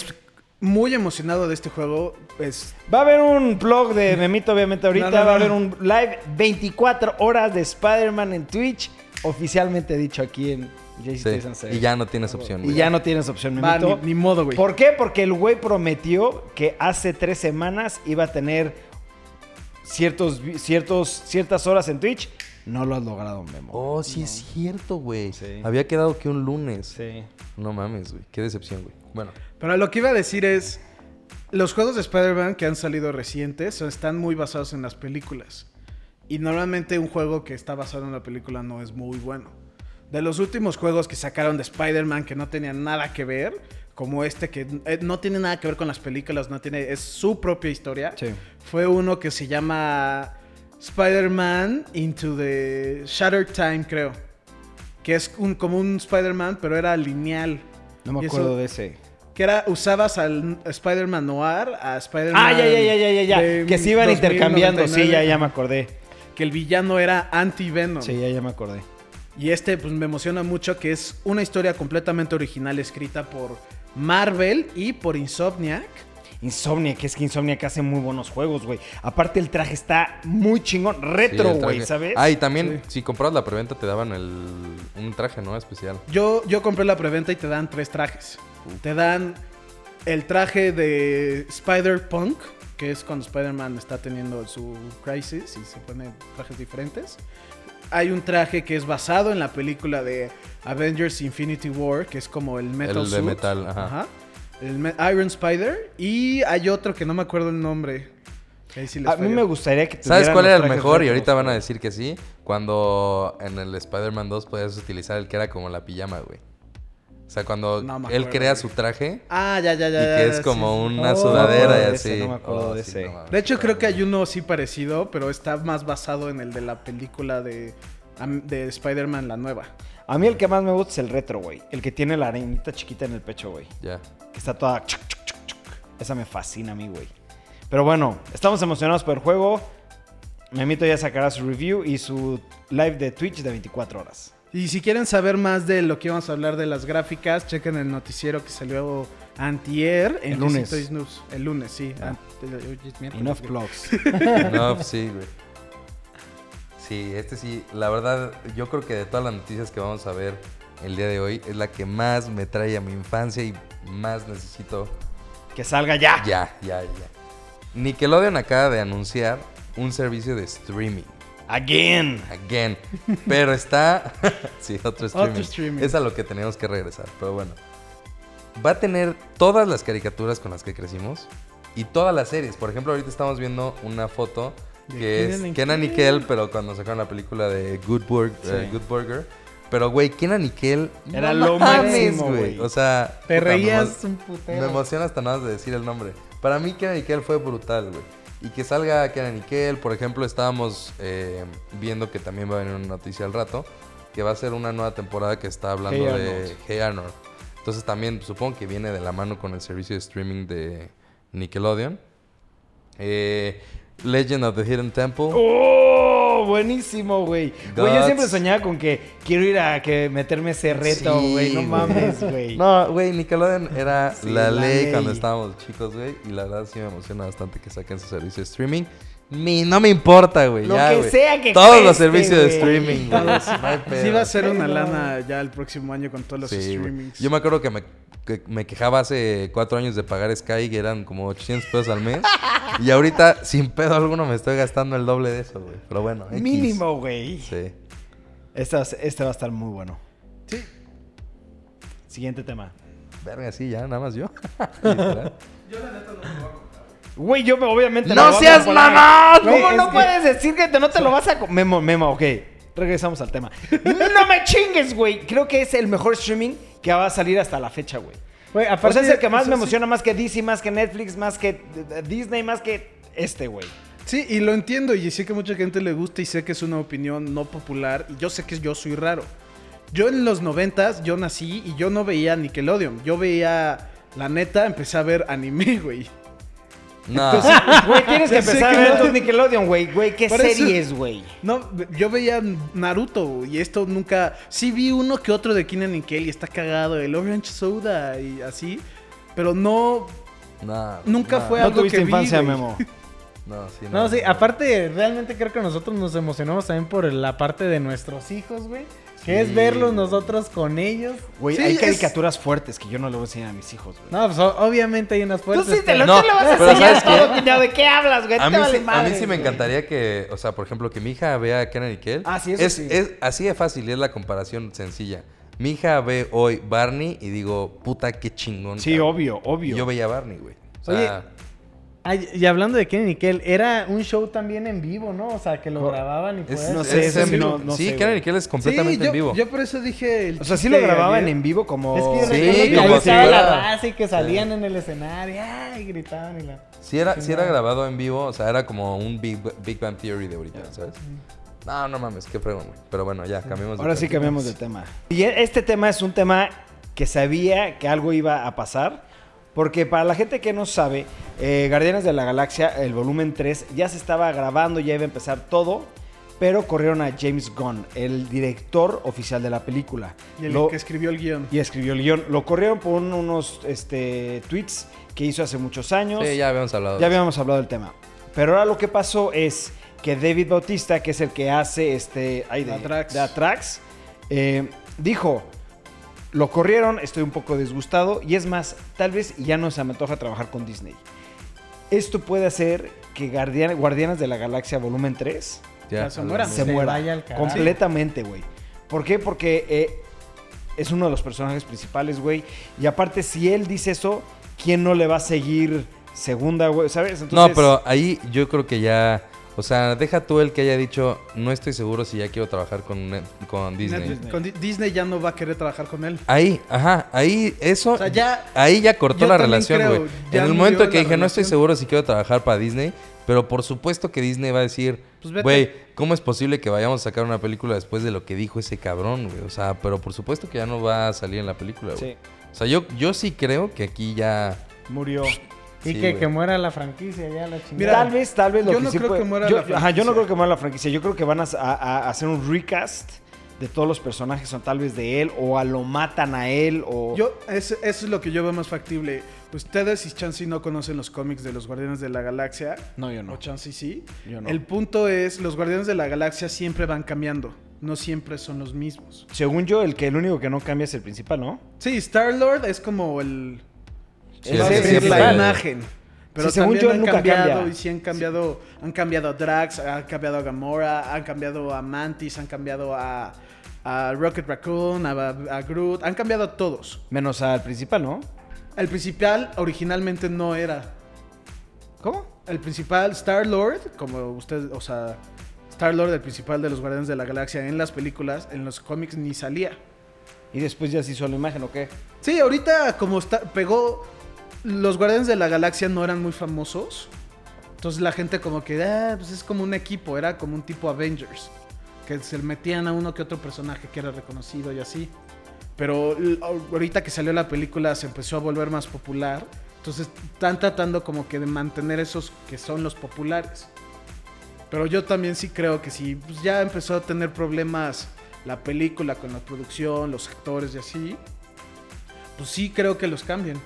Speaker 2: muy emocionado de este juego. Pues,
Speaker 1: Va a haber un blog de Memito, obviamente, ahorita.
Speaker 2: No, no,
Speaker 1: Va a
Speaker 2: no.
Speaker 1: haber un live 24 horas de Spider-Man en Twitch. Oficialmente dicho aquí en JC
Speaker 4: Sí,
Speaker 1: Station Center.
Speaker 4: Y ya no tienes opción.
Speaker 1: Ah, Y
Speaker 4: güey.
Speaker 1: ya no tienes opción,
Speaker 2: va,
Speaker 1: Memito.
Speaker 2: ni, ni modo, güey.
Speaker 1: ¿Por qué? Porque el güey prometió que hace tres semanas iba a tener ciertos, vi- ciertos, ciertas horas en Twitch. No lo has logrado, Memo.
Speaker 4: Oh, sí es cierto, güey.
Speaker 1: Sí.
Speaker 4: Había quedado que un lunes.
Speaker 1: Sí.
Speaker 4: No mames, güey. Qué decepción, güey. Bueno,
Speaker 2: Pero lo que iba a decir es, los juegos de Spider-Man que han salido recientes están muy basados en las películas. Y normalmente un juego que está basado en la película no es muy bueno. De los últimos juegos que sacaron de Spider-Man que no tenían nada que ver, como este que eh, no tiene nada que ver con las películas, no tiene, es su propia historia,
Speaker 1: Sí.
Speaker 2: fue uno que se llama Spider-Man Into the Shattered Time, creo. Que es un, como un Spider-Man, pero era lineal.
Speaker 1: No me
Speaker 2: Y eso-
Speaker 1: acuerdo de ese.
Speaker 2: que era, usabas al Spider-Man Noir, a Spider-Man.
Speaker 1: Ah, ya, ya, ya, ya, ya, ya.
Speaker 2: de
Speaker 1: Que se iban
Speaker 2: 2099.
Speaker 1: intercambiando. Sí, ya, ya me acordé.
Speaker 2: Que el villano era anti-Venom.
Speaker 1: Sí, ya, ya me acordé.
Speaker 2: Y este, pues me emociona mucho que es una historia completamente original escrita por Marvel y por Insomniac.
Speaker 1: Insomnia, que es que Insomnia que hace muy buenos juegos, güey. Aparte el traje está muy chingón, retro,
Speaker 4: sí, el traje.
Speaker 1: güey, ¿sabes?
Speaker 4: Ah, y también, si comprabas la preventa, te daban el, un traje, ¿no? Especial.
Speaker 2: Yo, yo compré la preventa y te dan tres trajes. Te dan el traje de Spider-Punk, que es cuando Spider-Man está teniendo su crisis y se pone trajes diferentes. Hay un traje que es basado en la película de Avengers Infinity War, que es como el metal
Speaker 4: El de
Speaker 2: suit.
Speaker 4: metal, ajá.
Speaker 2: El me- Iron Spider. Y hay otro que no me acuerdo el nombre. Ahí sí les
Speaker 1: a mí
Speaker 2: falló.
Speaker 1: me gustaría que
Speaker 4: ¿Sabes
Speaker 1: tuvieran
Speaker 4: cuál
Speaker 1: los
Speaker 4: era el
Speaker 1: trajes
Speaker 4: mejor? Y
Speaker 1: retros,
Speaker 4: ahorita van a
Speaker 1: güey.
Speaker 4: decir que sí. Cuando en el Spider-Man 2 podías utilizar el que era como la pijama, güey. sea, cuando
Speaker 2: No me
Speaker 4: él
Speaker 2: acuerdo,
Speaker 4: crea
Speaker 2: güey.
Speaker 4: su traje
Speaker 2: Ah, ya, ya,
Speaker 4: y
Speaker 2: ya.
Speaker 4: que
Speaker 2: ya,
Speaker 4: es
Speaker 2: sí,
Speaker 4: como
Speaker 2: sí.
Speaker 4: una
Speaker 1: Oh,
Speaker 4: sudadera y
Speaker 1: de
Speaker 4: así. Oh,
Speaker 1: ese, no me acuerdo de
Speaker 4: sí,
Speaker 1: ese.
Speaker 4: mames,
Speaker 2: De hecho,
Speaker 4: está
Speaker 2: creo que
Speaker 4: bueno.
Speaker 2: hay uno sí parecido, pero está más basado en el de la película de, am- de Spider-Man, la nueva.
Speaker 1: A mí el que más me gusta es el retro, güey. El que tiene la arenita chiquita en el pecho, güey.
Speaker 4: Ya.
Speaker 1: Que está toda... chuc, chuc, chuc, chuc. Esa me fascina a mí, güey. Pero bueno, estamos emocionados por el juego. Memito ya sacará su review y su live de Twitch de 24 horas.
Speaker 2: Y si quieren saber más de lo que íbamos a hablar de las gráficas, chequen el noticiero que salió antier en
Speaker 1: El lunes.
Speaker 2: Disney News. El lunes, sí.
Speaker 1: Ah.
Speaker 2: Ante- hoy es miércoles,
Speaker 1: Enough
Speaker 2: güey.
Speaker 1: plugs.
Speaker 4: No, pues sí, güey. Sí, este sí. La verdad, yo creo que de todas las noticias que vamos a ver el día de hoy, es la que más me trae a mi infancia y más necesito
Speaker 1: que salga ya.
Speaker 4: [LAUGHS] Ya, ya, ya. Nickelodeon acaba de anunciar un servicio de streaming.
Speaker 1: Again.
Speaker 4: Again. Pero está. [LAUGHS] sí, otro streaming.
Speaker 2: Otro streaming.
Speaker 4: Es a lo que tenemos que regresar. Pero bueno. Va a tener todas las caricaturas con las que crecimos y todas las series. Por ejemplo, ahorita estamos viendo una foto
Speaker 2: De
Speaker 4: que
Speaker 2: Kenan
Speaker 4: es
Speaker 2: and
Speaker 4: Kenan y Kel, pero cuando sacaron la película de Good, Burg- eh, Good Burger. Pero, güey, Kenan y Kel.
Speaker 1: Era lo máximo, güey.
Speaker 4: O sea.
Speaker 3: Te
Speaker 4: puta, me
Speaker 3: reías
Speaker 4: emo-
Speaker 3: un
Speaker 4: Me
Speaker 3: putero.
Speaker 4: emociona hasta nada más de decir el nombre. Para mí, Kenan y Kel fue brutal, güey. Y que salga Kenan y Kel, por ejemplo, estábamos eh, viendo que también va a venir una noticia al rato, que va a ser una nueva temporada que está hablando
Speaker 1: Hey
Speaker 4: de
Speaker 1: Arnold.
Speaker 4: Hey Arnold. Entonces también pues, supongo que viene de la mano con el servicio de streaming de Nickelodeon. Eh, Legend of the Hidden Temple.
Speaker 1: ¡Oh! Buenísimo, güey. Güey, yo
Speaker 4: Guts.
Speaker 1: siempre soñaba con que quiero ir a que meterme ese reto,
Speaker 4: Sí,
Speaker 1: güey. no
Speaker 4: güey.
Speaker 1: mames, güey.
Speaker 4: No, güey, Nickelodeon era
Speaker 1: Sí,
Speaker 4: la,
Speaker 1: la
Speaker 4: ley,
Speaker 1: ley.
Speaker 4: cuando estábamos chicos, güey. Y la verdad sí me emociona bastante que saquen su servicio de streaming. Mi, no me importa, güey.
Speaker 1: Lo
Speaker 4: ya,
Speaker 1: que
Speaker 4: güey.
Speaker 1: sea que
Speaker 4: Todos los
Speaker 1: cueste,
Speaker 4: servicios de
Speaker 1: güey.
Speaker 4: streaming, güey. no hay
Speaker 2: Sí
Speaker 4: pedo.
Speaker 2: va a ser una lana ya el próximo año con todos los
Speaker 4: Sí, güey.
Speaker 2: streamings.
Speaker 4: Yo me acuerdo que me, que me quejaba hace cuatro años de pagar Sky, que eran como 800 pesos al mes. y ahorita, sin pedo alguno, me estoy gastando el doble de eso, güey. Pero bueno, X.
Speaker 1: Mínimo, güey.
Speaker 4: Sí.
Speaker 1: Este, va a ser- este va a estar muy bueno.
Speaker 2: Sí.
Speaker 1: Siguiente tema.
Speaker 4: Verga, sí, ya, nada más yo. Literal.
Speaker 1: Güey, yo me- obviamente
Speaker 4: ¡No
Speaker 1: lo voy a
Speaker 4: seas
Speaker 1: comprar.
Speaker 4: mamón!
Speaker 1: ¿Cómo
Speaker 4: Es
Speaker 1: no
Speaker 4: que-
Speaker 1: puedes decir que te- no te lo vas a... co- Memo, Memo, ok. Regresamos al [LAUGHS] tema. ¡No me chingues, güey! Creo que es el mejor streaming que va a salir hasta la fecha, güey.
Speaker 3: Güey,
Speaker 1: O sea, es el que más
Speaker 3: eso
Speaker 1: me
Speaker 3: sí-
Speaker 1: emociona, más que DC, más que Netflix, más que eh, Disney, más que este, güey.
Speaker 2: Sí, y lo entiendo y sé que mucha gente le gusta y sé que es una opinión no popular y yo sé que yo soy raro. Yo en los noventas, yo nací y yo no veía Nickelodeon. Yo veía, la neta, empecé a ver anime, [LAUGHS] güey.
Speaker 1: Ah.
Speaker 4: No.
Speaker 1: Güey, tienes que
Speaker 2: Sí,
Speaker 1: empezar a
Speaker 2: claro.
Speaker 1: ver tus Nickelodeon, güey. Güey, ¿qué
Speaker 2: Por eso-
Speaker 1: series, güey?
Speaker 2: No, yo veía Naruto y esto nunca... Sí vi uno que otro de Kenan y Kel y está cagado, el Orange Soda y así, pero no...
Speaker 4: no,
Speaker 2: Nunca
Speaker 4: no,
Speaker 2: fue
Speaker 1: No
Speaker 2: algo
Speaker 1: tuviste
Speaker 2: que vi,
Speaker 1: infancia,
Speaker 2: güey.
Speaker 1: Memo.
Speaker 4: No, sí,
Speaker 3: No, sí, aparte, realmente creo que nosotros nos emocionamos también por la parte de nuestros hijos, güey. Que es
Speaker 4: Sí.
Speaker 3: verlos nosotros con ellos.
Speaker 1: Güey,
Speaker 2: Sí,
Speaker 1: hay
Speaker 2: es-
Speaker 1: caricaturas fuertes que yo no le voy a enseñar a mis hijos, güey.
Speaker 3: No, este, pues o- obviamente hay unas
Speaker 1: Tú
Speaker 3: fuertes.
Speaker 1: sí te
Speaker 3: pero-
Speaker 1: lo,
Speaker 4: No,
Speaker 1: tú le vas a
Speaker 4: pero
Speaker 1: enseñar
Speaker 4: ¿sabes qué?
Speaker 1: todo, cuñado. ¿De qué hablas, güey?
Speaker 4: A
Speaker 1: Te
Speaker 4: mí,
Speaker 1: vale
Speaker 4: sí, a mí
Speaker 1: madre,
Speaker 4: sí me
Speaker 1: güey.
Speaker 4: encantaría que, o sea, por ejemplo, que mi hija vea a Kenan y Kel.
Speaker 1: Ah, sí, eso
Speaker 4: es,
Speaker 1: sí.
Speaker 4: es así de fácil, es la comparación sencilla. Mi hija ve hoy Barney y digo, puta, qué chingón.
Speaker 1: Sí,
Speaker 4: cabrón.
Speaker 1: obvio, obvio.
Speaker 4: Yo veía a Barney, güey. O sea,
Speaker 3: Ay, y hablando de Kenny Nickel, era un show también en vivo, ¿no? O sea, que lo grababan y pues,
Speaker 4: es-
Speaker 3: todo
Speaker 1: no
Speaker 3: eso.
Speaker 1: sé,
Speaker 4: es
Speaker 1: eso
Speaker 4: en
Speaker 1: sí
Speaker 4: vivo.
Speaker 1: no- no
Speaker 4: sí,
Speaker 1: sé,
Speaker 4: Kenan
Speaker 1: güey.
Speaker 4: y Kel es completamente
Speaker 2: yo,
Speaker 4: en vivo.
Speaker 2: yo por eso dije... el
Speaker 1: O sea, sí
Speaker 2: chiste
Speaker 1: lo grababan
Speaker 2: ayer.
Speaker 1: en vivo como...
Speaker 3: Es que yo
Speaker 4: Sí,
Speaker 3: recuerdo que
Speaker 4: como
Speaker 3: ahí
Speaker 4: si
Speaker 3: estaba la
Speaker 4: fuera-
Speaker 3: raza y que salían en el escenario ay, y gritaban y la...
Speaker 4: Si era, sí era grabado en vivo, o sea, era como un Big, Big Bang Theory de ahorita, ¿sabes? No, no mames, qué fregón, güey. Pero bueno, ya, cambiamos de
Speaker 1: Ahora sí
Speaker 4: tema.
Speaker 1: cambiamos de tema. Y e- este tema es un tema que sabía que algo iba a pasar. Porque para la gente que no sabe, eh, Guardianes de la Galaxia, el volumen 3, ya se estaba grabando, ya iba a empezar todo. Pero corrieron a James Gunn, el director oficial de la película.
Speaker 2: Y el
Speaker 1: Lo-
Speaker 2: que escribió el guión.
Speaker 1: y escribió el guión. Lo corrieron por un- unos este, tweets que hizo hace muchos años.
Speaker 4: Sí, ya habíamos hablado.
Speaker 1: Ya
Speaker 4: de
Speaker 1: habíamos hablado del tema. Pero ahora lo que pasó es que David Bautista, que es el que hace este. ay, de,
Speaker 2: De Atrax.
Speaker 1: de Atrax, eh, dijo: Lo corrieron, estoy un poco disgustado. Y es más, tal vez ya no se me antoja trabajar con Disney. Esto puede hacer que Guardian- Guardianas de la Galaxia Volumen 3
Speaker 4: eso.
Speaker 2: Ya se muera.
Speaker 1: se,
Speaker 3: Se
Speaker 1: muera
Speaker 3: vaya al carajo.
Speaker 1: completamente, güey. ¿Por qué? Porque eh, es uno de los personajes principales, güey. Y aparte, si él dice eso, ¿quién no le va a seguir segunda, güey? ¿Sabes?
Speaker 4: No,
Speaker 1: Entonces,
Speaker 4: pero ahí yo creo que ya. O sea, deja tú el que haya dicho, no estoy seguro si ya quiero trabajar con, Ne- con Disney.
Speaker 1: Netflix.
Speaker 2: Con Di- Disney ya no va a querer trabajar con él.
Speaker 4: Ahí, ajá, ahí eso,
Speaker 2: O sea, ya-
Speaker 4: ahí ya cortó
Speaker 2: yo
Speaker 4: la
Speaker 2: también
Speaker 4: relación,
Speaker 2: creo,
Speaker 4: güey.
Speaker 2: ya
Speaker 4: En el
Speaker 2: murió
Speaker 4: momento que
Speaker 2: la
Speaker 4: dije, no estoy
Speaker 2: relación".
Speaker 4: seguro si quiero trabajar para Disney, pero por supuesto que Disney va a decir,
Speaker 2: Pues vete.
Speaker 4: güey, ¿cómo es posible que vayamos a sacar una película después de lo que dijo ese cabrón, güey? O sea, pero por supuesto que ya no va a salir en la película, güey.
Speaker 1: Sí,
Speaker 4: O sea, yo, yo sí creo que aquí ya...
Speaker 1: murió.
Speaker 4: Sí,
Speaker 3: Y que,
Speaker 4: güey.
Speaker 3: que muera la franquicia ya la chingada.
Speaker 2: Mira,
Speaker 1: tal vez, tal vez lo
Speaker 2: yo
Speaker 1: que
Speaker 2: no
Speaker 1: sí
Speaker 2: creo
Speaker 1: puede-
Speaker 2: que muera
Speaker 1: yo,
Speaker 2: la
Speaker 1: Ajá, yo no
Speaker 2: franquicia.
Speaker 1: creo que muera la franquicia. Yo creo que van a, a- a hacer un recast de todos los personajes o tal vez de él o a lo matan a él o...
Speaker 2: Yo, es- eso es lo que yo veo más factible. Ustedes, y Chansey no conocen los cómics de los Guardianes de la Galaxia,
Speaker 1: no, yo no.
Speaker 2: o Chansey sí,
Speaker 1: Yo no.
Speaker 2: el punto es, los Guardianes de la Galaxia siempre van cambiando, no siempre son los mismos.
Speaker 1: Según yo, el que el único que no cambia es el principal, ¿no?
Speaker 2: Sí, Star-Lord es como el...
Speaker 4: Sí,
Speaker 2: el
Speaker 1: es
Speaker 2: es
Speaker 1: siempre-
Speaker 2: la imagen. Pero
Speaker 1: Sí, según
Speaker 2: también
Speaker 1: yo,
Speaker 2: han
Speaker 1: nunca
Speaker 2: cambiado
Speaker 1: cambia.
Speaker 2: y sí han cambiado, han cambiado a Drax, han cambiado a Gamora, han cambiado a Mantis, han cambiado a, a Rocket Raccoon, a, a Groot, han cambiado a todos.
Speaker 1: Menos al principal, ¿no?
Speaker 2: El principal originalmente no era.
Speaker 1: ¿Cómo?
Speaker 2: El principal Star Lord, como usted, o sea, Star Lord, el principal de los Guardianes de la Galaxia en las películas, en los cómics ni salía.
Speaker 1: Y después ya se hizo la imagen, ¿o qué?
Speaker 2: Sí, ahorita como está, pegó, los Guardianes de la Galaxia no eran muy famosos. Entonces la gente como que, ah, pues es como un equipo, era como un tipo Avengers. Que se metían a uno que otro personaje que era reconocido y así. Pero l- ahorita que salió la película se empezó a volver más popular. Entonces están tratando como que de mantener esos que son los populares. Pero yo también sí creo que si pues, ya empezó a tener problemas la película con la producción, los actores y así, pues sí creo que los cambien.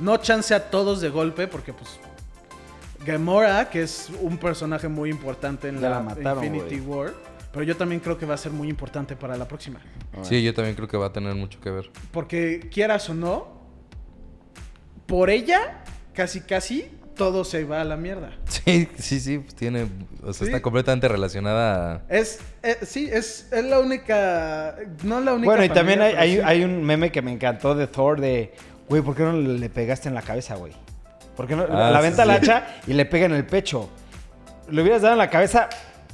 Speaker 2: No chance a todos de golpe, porque pues Gamora, que es un personaje muy importante en
Speaker 1: Ya
Speaker 2: la,
Speaker 1: la mataron,
Speaker 2: Infinity War, pero yo también creo que va a ser muy importante para la próxima.
Speaker 4: Sí, yo también creo que va a tener mucho que ver.
Speaker 2: Porque quieras o no, por ella, casi casi, todo se va a la mierda.
Speaker 4: Sí, sí, sí, pues tiene... O sea,
Speaker 2: Sí.
Speaker 4: está completamente relacionada a...
Speaker 2: Es, eh, sí, es, es la única, no la única.
Speaker 1: Bueno, y
Speaker 2: familia,
Speaker 1: también hay,
Speaker 2: pero
Speaker 1: hay-
Speaker 2: sí.
Speaker 1: hay un meme que me encantó de Thor de, güey, ¿por qué no le pegaste en la cabeza, güey? ¿Por qué no?
Speaker 4: Ah,
Speaker 1: la
Speaker 4: sí,
Speaker 1: venta la
Speaker 4: sí.
Speaker 1: hacha y le pega en el pecho. Le hubieras dado en la cabeza,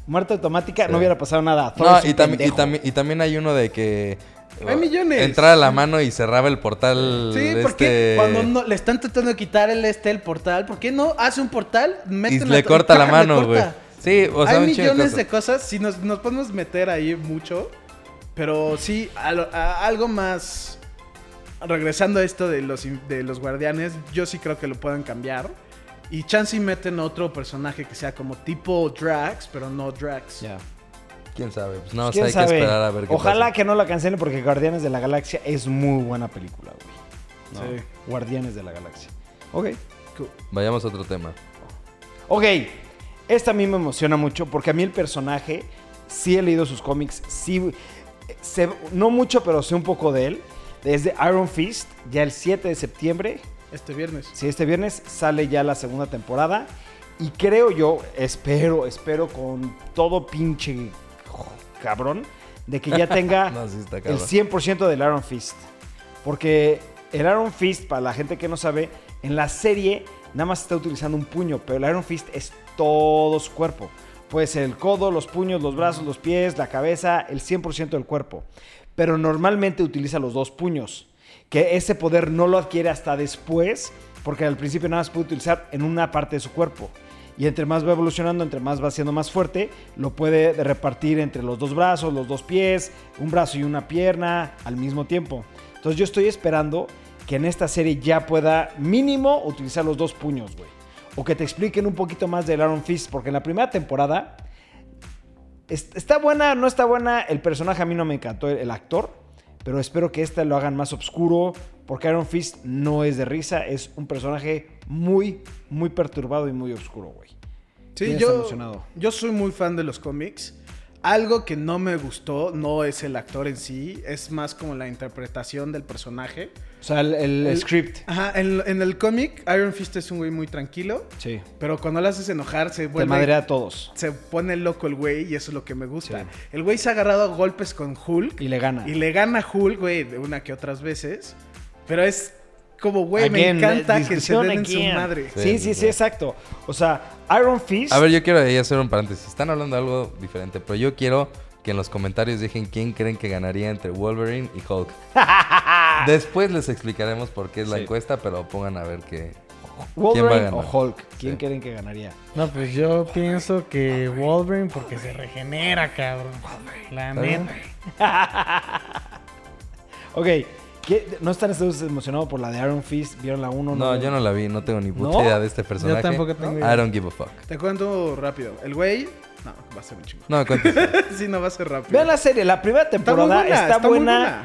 Speaker 1: muerte automática,
Speaker 4: Sí.
Speaker 1: no hubiera pasado nada. Thor
Speaker 4: No,
Speaker 1: es un
Speaker 4: y también, y,
Speaker 1: pendejo.
Speaker 4: también, y también hay uno de que...
Speaker 2: Hay millones.
Speaker 4: Entraba la mano y cerraba el portal.
Speaker 2: Sí,
Speaker 4: este...
Speaker 2: porque cuando no- le están tratando de quitar el este, el portal, ¿por qué no hace un portal, mete
Speaker 4: y
Speaker 2: una
Speaker 4: le
Speaker 2: to-
Speaker 4: corta
Speaker 2: [LAUGHS]
Speaker 4: la
Speaker 2: caja, le
Speaker 4: mano, güey.
Speaker 2: corta?
Speaker 4: Sí, o sea,
Speaker 2: Hay
Speaker 4: un chingo de
Speaker 2: millones de
Speaker 4: cosas.
Speaker 2: cosas, si nos, nos podemos meter ahí mucho, pero sí, a lo- a algo más, regresando a esto de los, in- de los guardianes, yo sí creo que lo puedan cambiar. Y chance y meten otro personaje que sea como tipo Drax, pero no Drax.
Speaker 1: Ya.
Speaker 4: ¿Quién sabe? Pues no, o sea,
Speaker 1: ¿Quién
Speaker 4: hay que
Speaker 1: sabe?
Speaker 4: esperar a ver qué
Speaker 1: Ojalá
Speaker 4: pasa.
Speaker 1: que no la cancelen porque Guardianes de la Galaxia es muy buena película, güey. ¿No?
Speaker 2: Sí.
Speaker 1: Guardianes de la Galaxia. Ok.
Speaker 2: Cool.
Speaker 4: Vayamos a otro tema.
Speaker 1: Ok, esta a mí me emociona mucho porque a mí el personaje, sí he leído sus cómics, sí, sé- no mucho, pero sé un poco de él. Desde Iron Fist, ya el 7 de septiembre,
Speaker 2: Este viernes.
Speaker 1: si este viernes sale ya la segunda temporada. Y creo yo, espero, espero con todo pinche jo- cabrón, de que ya tenga
Speaker 4: [LAUGHS] No, sí está
Speaker 1: el
Speaker 4: cabrón.
Speaker 1: 100% del Iron Fist. Porque el Iron Fist, para la gente que no sabe, en la serie nada más está utilizando un puño, pero el Iron Fist es todo su cuerpo. Puede ser el codo, los puños, los brazos, los pies, la cabeza, el 100% del cuerpo. Pero normalmente utiliza los dos puños, que ese poder no lo adquiere hasta después, porque al principio nada más puede utilizar en una parte de su cuerpo. Y entre más va evolucionando, entre más va siendo más fuerte, lo puede repartir entre los dos brazos, los dos pies, un brazo y una pierna al mismo tiempo. Entonces yo estoy esperando que en esta serie ya pueda mínimo utilizar los dos puños, güey. O que te expliquen un poquito más del Iron Fist, porque en la primera temporada es- está buena, no está buena, el personaje a mí no me encantó, el, el actor, pero espero que esta lo hagan más oscuro, porque Iron Fist no es de risa, es un personaje muy, muy perturbado y muy oscuro, güey.
Speaker 2: Sí,
Speaker 1: ¿Quién está
Speaker 2: yo,
Speaker 1: emocionado?
Speaker 2: yo soy muy fan de los cómics. Algo que no me gustó no es el actor en sí, es más como la interpretación del personaje.
Speaker 1: O sea, el, el
Speaker 2: El-
Speaker 1: script.
Speaker 2: Ajá, en, en el cómic Iron Fist es un güey muy tranquilo,
Speaker 1: Sí.
Speaker 2: pero cuando lo haces enojar se
Speaker 1: Te
Speaker 2: vuelve...
Speaker 1: madrea a todos.
Speaker 2: Se pone loco el güey y eso es lo que me gusta.
Speaker 1: Sí.
Speaker 2: El güey se ha agarrado a golpes con Hulk
Speaker 1: Y le gana.
Speaker 2: y le gana a Hulk, güey, de una que otras veces, pero es como, güey, me
Speaker 1: Again,
Speaker 2: encanta que se
Speaker 1: discusión
Speaker 2: den en su
Speaker 1: again.
Speaker 2: madre.
Speaker 1: Sí,
Speaker 4: Sí,
Speaker 1: sí, sí,
Speaker 4: sí, sí.
Speaker 1: exacto. O sea, Iron Fist.
Speaker 4: A ver, yo quiero ahí hacer un paréntesis. Están hablando de algo diferente, pero yo quiero que en los comentarios dejen quién creen que ganaría entre Wolverine y Hulk. Después les explicaremos por qué es la
Speaker 1: Sí.
Speaker 4: encuesta, pero pongan a ver qué.
Speaker 1: Wolverine
Speaker 4: ¿quién va a
Speaker 1: o
Speaker 4: ganar?
Speaker 1: Hulk. ¿Quién
Speaker 4: Sí.
Speaker 1: creen que ganaría?
Speaker 3: No, pues yo pienso que Wolverine porque se regenera, cabrón. La
Speaker 4: ¿Está bien?
Speaker 3: neta.
Speaker 1: Ok, ¿qué- ¿no están ustedes emocionados por la de Iron Fist? ¿Vieron la 1?
Speaker 4: No, yo no la vi, no tengo ni puta
Speaker 1: ¿No?
Speaker 4: idea de este personaje.
Speaker 3: Yo tampoco tengo
Speaker 4: I
Speaker 3: idea.
Speaker 4: don't give a fuck.
Speaker 2: Te cuento rápido. El güey. No, va a ser un chingo. [LAUGHS]
Speaker 4: No, cuéntame.
Speaker 2: sí, no va a ser rápido.
Speaker 1: Vean la serie, la primera
Speaker 2: Está muy
Speaker 1: temporada está,
Speaker 2: está muy
Speaker 1: buena.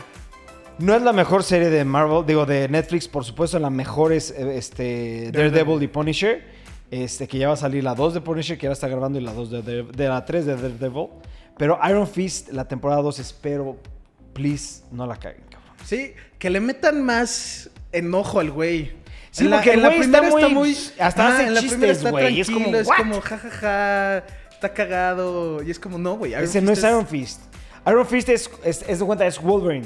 Speaker 1: No es la mejor serie de Marvel, digo, de Netflix, por supuesto, la mejor es eh, este, Daredevil y Punisher. Este, que ya va a salir la 2 de Punisher, que ya está grabando, y la 2 de, Dare- de la 3 de Daredevil. Pero Iron Fist, la temporada 2, espero, please, no la caguen, cabrón.
Speaker 2: Sí, que le metan más enojo al güey.
Speaker 1: Sí,
Speaker 2: En la-
Speaker 1: porque el
Speaker 2: en la
Speaker 1: güey está
Speaker 2: primera
Speaker 1: muy- hasta hace
Speaker 2: en la
Speaker 1: chistes,
Speaker 2: primera está
Speaker 1: güey, y es
Speaker 2: tranquilo,
Speaker 1: como,
Speaker 2: es
Speaker 1: ¿what?
Speaker 2: como jajaja, está cagado. Y es como, no, güey. Iron
Speaker 1: Ese no
Speaker 2: Fist
Speaker 1: es Iron Fist. Iron Fist es, es, es de cuenta, es Wolverine.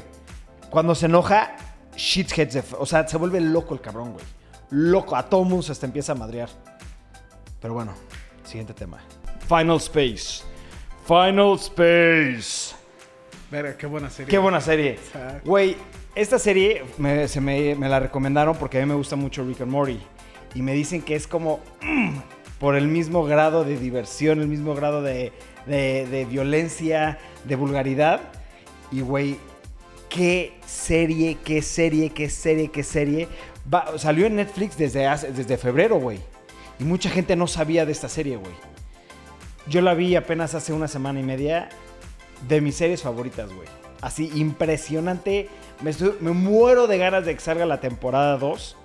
Speaker 1: Cuando se enoja, shithead, se- o sea, se vuelve loco el cabrón, güey. Loco, a todo mundo se hasta empieza a madrear. Pero bueno, siguiente tema. Final Space. Final Space.
Speaker 2: Verga, qué buena serie.
Speaker 1: Qué buena serie.
Speaker 2: Exacto.
Speaker 1: Güey, esta serie me, se me, me la recomendaron porque a mí me gusta mucho Rick and Morty. Y me dicen que es como mm, por el mismo grado de diversión, el mismo grado de, de- de violencia, de vulgaridad. Y güey, qué serie, qué serie, qué serie, qué serie. Va- salió en Netflix desde, hace- desde febrero, güey. Y mucha gente no sabía de esta serie, güey. Yo la vi apenas hace una semana y media. De mis series favoritas, güey. Así impresionante. Me, estoy- me muero de ganas de que salga la temporada 2.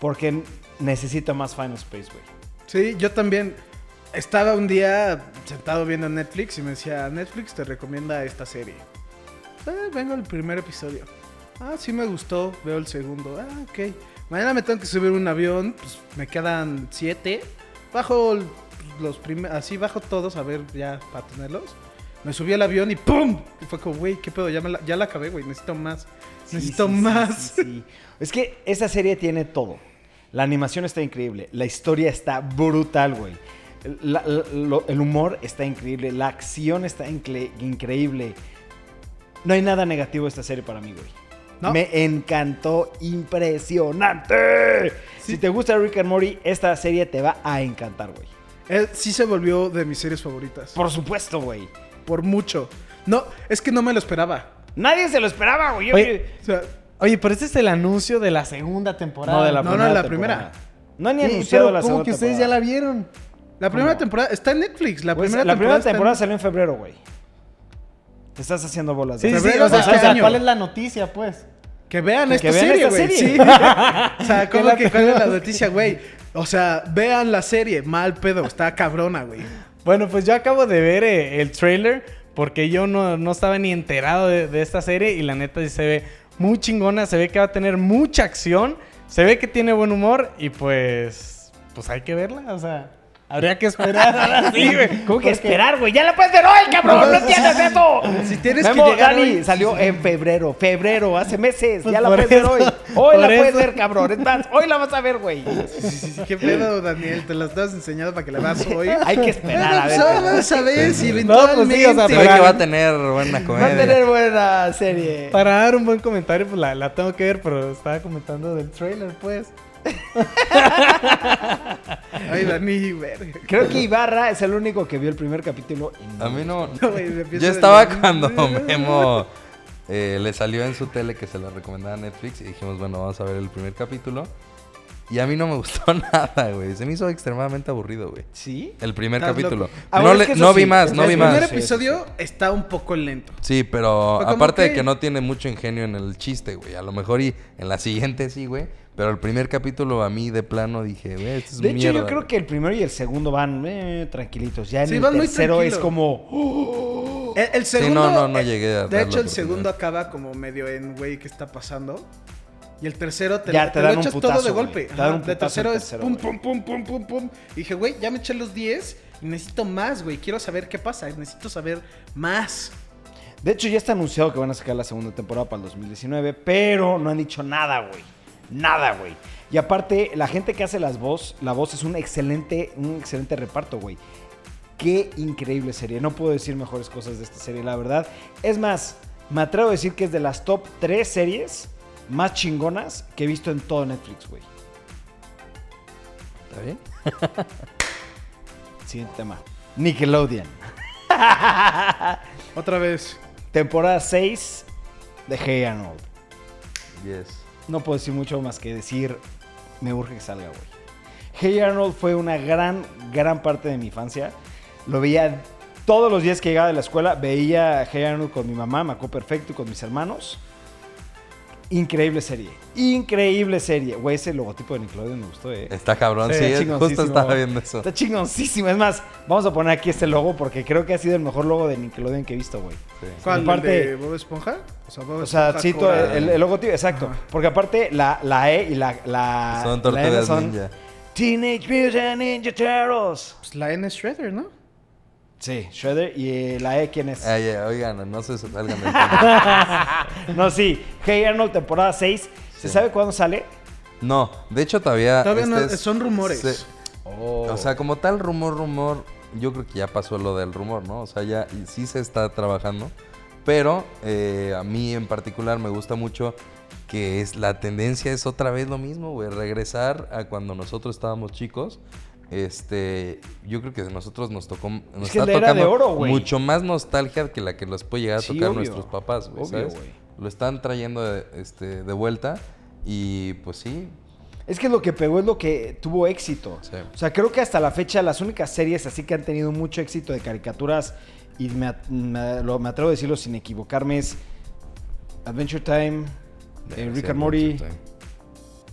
Speaker 1: Porque necesito más Final Space, güey.
Speaker 2: Sí, yo también estaba un día sentado viendo Netflix y me decía, Netflix te recomienda esta serie. Ah, vengo al primer episodio. Ah, sí me gustó, veo el segundo. Ah, ok. Mañana me tengo que subir un avión, pues me quedan siete. Bajo el- los primeros, así bajo todos, a ver ya para tenerlos. Me subí al avión y ¡pum! Y fue como, güey, qué pedo, ya, me la, ya la acabé, güey, necesito más.
Speaker 1: Sí,
Speaker 2: necesito
Speaker 1: sí, sí,
Speaker 2: más.
Speaker 1: sí, sí. Es que esta serie tiene todo. La animación está increíble. La historia está brutal, güey. La- la- lo- el humor está increíble. La acción está incre- increíble. No hay nada negativo de esta serie para mí, güey.
Speaker 2: ¿No?
Speaker 1: Me encantó. Impresionante.
Speaker 2: Sí.
Speaker 1: Si te gusta Rick and Morty, esta serie te va a encantar, güey.
Speaker 2: [LAUGHS] Eh, sí se volvió de mis series favoritas.
Speaker 1: Por supuesto, güey.
Speaker 2: Por mucho. No, es que no me lo esperaba.
Speaker 1: Nadie se lo esperaba, güey. Yo-
Speaker 3: Oye,
Speaker 2: O sea,
Speaker 3: Oye, pero este es el anuncio de la segunda temporada.
Speaker 1: no, de la
Speaker 2: no, no,
Speaker 1: primera.
Speaker 2: la
Speaker 1: temporada.
Speaker 2: primera.
Speaker 1: No han ni
Speaker 3: Sí,
Speaker 1: anunciado
Speaker 3: pero
Speaker 1: la
Speaker 3: ¿cómo
Speaker 1: segunda
Speaker 3: que ustedes
Speaker 1: temporada.
Speaker 3: ya la vieron?
Speaker 2: la primera
Speaker 1: no.
Speaker 2: temporada está en Netflix. La
Speaker 1: Pues,
Speaker 2: primera
Speaker 1: la primera
Speaker 2: temporada, está en-
Speaker 1: temporada salió en febrero, güey. Te estás haciendo bolas.
Speaker 3: Sí,
Speaker 1: güey.
Speaker 3: sí, sí,
Speaker 2: Febrero
Speaker 3: o sea,
Speaker 2: de este
Speaker 3: o sea,
Speaker 2: año.
Speaker 3: ¿cuál es la noticia, pues?
Speaker 2: Que vean
Speaker 1: Que
Speaker 2: esta
Speaker 1: vean
Speaker 2: serie,
Speaker 1: esta
Speaker 2: güey.
Speaker 1: serie. [LAUGHS]
Speaker 2: Sí. o sea,
Speaker 3: Que la
Speaker 2: ¿cómo que cuál es la
Speaker 3: tenemos.
Speaker 2: noticia, güey? O sea, vean la serie. Mal pedo. Está cabrona, güey.
Speaker 3: Bueno, pues yo acabo de ver eh, el trailer porque yo no, no estaba ni enterado de, de esta serie y la neta sí se ve muy chingona, se ve que va a tener mucha acción, se ve que tiene buen humor y pues, pues hay que verla, o sea, habría que [LAUGHS] esperar. ahora sí, güey.
Speaker 1: ¿Cómo que
Speaker 3: Porque-
Speaker 1: esperar, güey? ¡Ya la puedes ver hoy, cabrón! ¡No entiendes eso!
Speaker 2: Si tienes que
Speaker 1: Memo,
Speaker 2: llegar
Speaker 1: Dani
Speaker 2: hoy-
Speaker 1: salió en febrero. Febrero, hace meses.
Speaker 3: Pues
Speaker 1: ya la
Speaker 3: por
Speaker 1: puedes [LAUGHS]
Speaker 3: eso,
Speaker 1: ver hoy. Hoy la
Speaker 3: por
Speaker 1: puedes
Speaker 3: eso.
Speaker 1: ver, cabrón. Es más, hoy la vas a ver, güey.
Speaker 2: Sí, sí, sí, qué
Speaker 1: [LAUGHS]
Speaker 2: pedo, Daniel. Te la estás enseñando para que la veas hoy.
Speaker 1: Hay que esperar, a ver.
Speaker 2: Bueno, pues, vamos a
Speaker 3: No, pues sí, o sea,
Speaker 2: ver si
Speaker 4: Se
Speaker 2: eventualmente-
Speaker 4: ve
Speaker 3: para-
Speaker 4: que va a tener buena
Speaker 1: Va
Speaker 4: comedia.
Speaker 1: a tener buena serie.
Speaker 3: Para dar un buen comentario, pues la, la tengo que ver, pero estaba comentando del trailer, pues.
Speaker 2: Ay, Dani, verga.
Speaker 1: Creo que Ibarra es el único que vio el primer capítulo. y [LAUGHS] no
Speaker 4: A mí no.
Speaker 2: No, güey, me empiezo
Speaker 4: Yo estaba
Speaker 2: a-
Speaker 1: [LAUGHS]
Speaker 4: cuando Memo eh, le salió en su tele que se la recomendaba Netflix y dijimos, bueno, vamos a ver el primer capítulo. Y a mí no me gustó [LAUGHS] nada, güey. Se me hizo extremadamente aburrido, güey.
Speaker 1: ¿Sí?
Speaker 4: El primer
Speaker 2: Estás
Speaker 4: capítulo.
Speaker 2: loco.
Speaker 1: Ah,
Speaker 4: no
Speaker 1: bueno, es
Speaker 4: le-
Speaker 1: que eso
Speaker 4: no vi
Speaker 1: sí,
Speaker 4: más, no
Speaker 1: el
Speaker 4: vi
Speaker 2: El primer
Speaker 4: más.
Speaker 1: sí, sí,
Speaker 2: episodio está un poco lento.
Speaker 4: Sí, pero
Speaker 2: Fue como
Speaker 4: aparte de
Speaker 2: que-
Speaker 4: que no tiene mucho ingenio en el chiste, güey. A lo mejor y en la siguiente sí, güey. Pero el primer capítulo a mí de plano dije, güey, esto es
Speaker 1: De hecho,
Speaker 4: mierda,
Speaker 1: yo creo
Speaker 4: güey".
Speaker 1: que el primero y el segundo van eh, tranquilitos. Ya en
Speaker 2: Sí,
Speaker 1: el
Speaker 2: van muy
Speaker 1: tercero es
Speaker 2: tranquilos.
Speaker 1: como...
Speaker 2: El, el
Speaker 4: Sí,
Speaker 2: segundo.
Speaker 4: no, no, no
Speaker 2: eh,
Speaker 4: llegué a
Speaker 2: De
Speaker 4: darle
Speaker 2: hecho, el
Speaker 4: oportunidad.
Speaker 2: segundo acaba como medio en, güey, ¿qué está pasando? Y el tercero te,
Speaker 1: Ya,
Speaker 2: lo-
Speaker 1: te
Speaker 2: te lo
Speaker 1: dan un
Speaker 2: echas
Speaker 1: putazo,
Speaker 2: todo de
Speaker 1: güey.
Speaker 2: golpe.
Speaker 1: Te dan un
Speaker 2: Ajá, de
Speaker 1: putazo el
Speaker 2: tercero, es
Speaker 1: tercero,
Speaker 2: pum,
Speaker 1: güey.
Speaker 2: pum, pum, pum, pum, pum. Y dije, güey, ya me eché los 10. y Necesito más, güey. Quiero saber qué pasa. Necesito saber más.
Speaker 1: De hecho, ya está anunciado que van a sacar la segunda temporada para el 2019, pero no han dicho nada, güey. nada, güey. Y aparte, la gente que hace las voz, la voz es un excelente, un excelente reparto, güey. Qué increíble serie. No puedo decir mejores cosas de esta serie, la verdad. Es más, me atrevo a decir que es de las top 3 series más chingonas que he visto en todo Netflix, güey.
Speaker 4: ¿Está bien?
Speaker 1: Siguiente tema. Nickelodeon.
Speaker 2: Otra vez.
Speaker 1: Temporada 6 de Hey Arnold.
Speaker 4: Yes.
Speaker 1: No puedo decir mucho más que decir, me urge que salga, güey. Hey Arnold fue una gran, gran parte de mi infancia. Lo veía todos los días que llegaba de la escuela, veía a Hey Arnold con mi mamá, me acuerdo perfecto, y con mis hermanos. Increíble serie, increíble serie. Güey, ese logotipo de Nickelodeon me gustó, eh.
Speaker 4: Está cabrón,
Speaker 1: Sí,
Speaker 4: sí, es- justo
Speaker 1: chingoncísimo,
Speaker 4: estaba
Speaker 1: güey.
Speaker 4: viendo eso.
Speaker 1: Está chingoncísimo. Es más, vamos a poner aquí este logo porque creo que ha sido el mejor logo de Nickelodeon que he visto, güey.
Speaker 4: Sí.
Speaker 2: ¿Cuál?
Speaker 1: Y
Speaker 2: ¿El
Speaker 1: aparte-
Speaker 2: de Eh, Bob Esponja? O sea, Bob
Speaker 1: O sea,
Speaker 2: Esponja
Speaker 1: sí, todo
Speaker 2: cobra-
Speaker 1: el, el logotipo, exacto. Porque aparte la, la E y la, la
Speaker 4: Son
Speaker 1: la N
Speaker 4: tortugas
Speaker 1: son
Speaker 4: ninja.
Speaker 1: Teenage Mutant Ninja Turtles.
Speaker 2: Pues la N es Shredder, ¿no?
Speaker 1: Sí, Shredder y eh, la E quién es.
Speaker 4: Ay, ay, oigan, no se salgan del tema.
Speaker 2: [LAUGHS]
Speaker 1: No, sí. Hey Arnold temporada 6. ¿Se
Speaker 4: Sí.
Speaker 1: sabe cuándo sale?
Speaker 4: No, de hecho todavía...
Speaker 2: Todavía
Speaker 4: este
Speaker 2: no,
Speaker 4: es-
Speaker 2: son rumores.
Speaker 4: se- Oh. O sea, como tal rumor, rumor, yo creo que ya pasó lo del rumor, ¿no? O sea, ya y sí se está trabajando, pero eh, a mí en particular me gusta mucho que es la tendencia es otra vez lo mismo, güey, regresar a cuando nosotros estábamos chicos. Este, yo creo que de nosotros nos tocó, nos
Speaker 1: Es que la era de oro, güey.
Speaker 4: mucho más nostalgia que la que nos puede llegar a
Speaker 1: Sí,
Speaker 4: tocar
Speaker 1: obvio.
Speaker 4: nuestros papás, güey,
Speaker 1: Obvio,
Speaker 4: ¿sabes?
Speaker 1: güey.
Speaker 4: Lo están trayendo de, este, de vuelta y pues sí,
Speaker 1: Es que lo que pegó es lo que tuvo éxito.
Speaker 4: Sí.
Speaker 1: O sea, creo que hasta la fecha las únicas series así que han tenido mucho éxito de caricaturas, y me, at- me- lo- me atrevo a decirlo sin equivocarme, es Adventure Time, eh, Rick and Morty,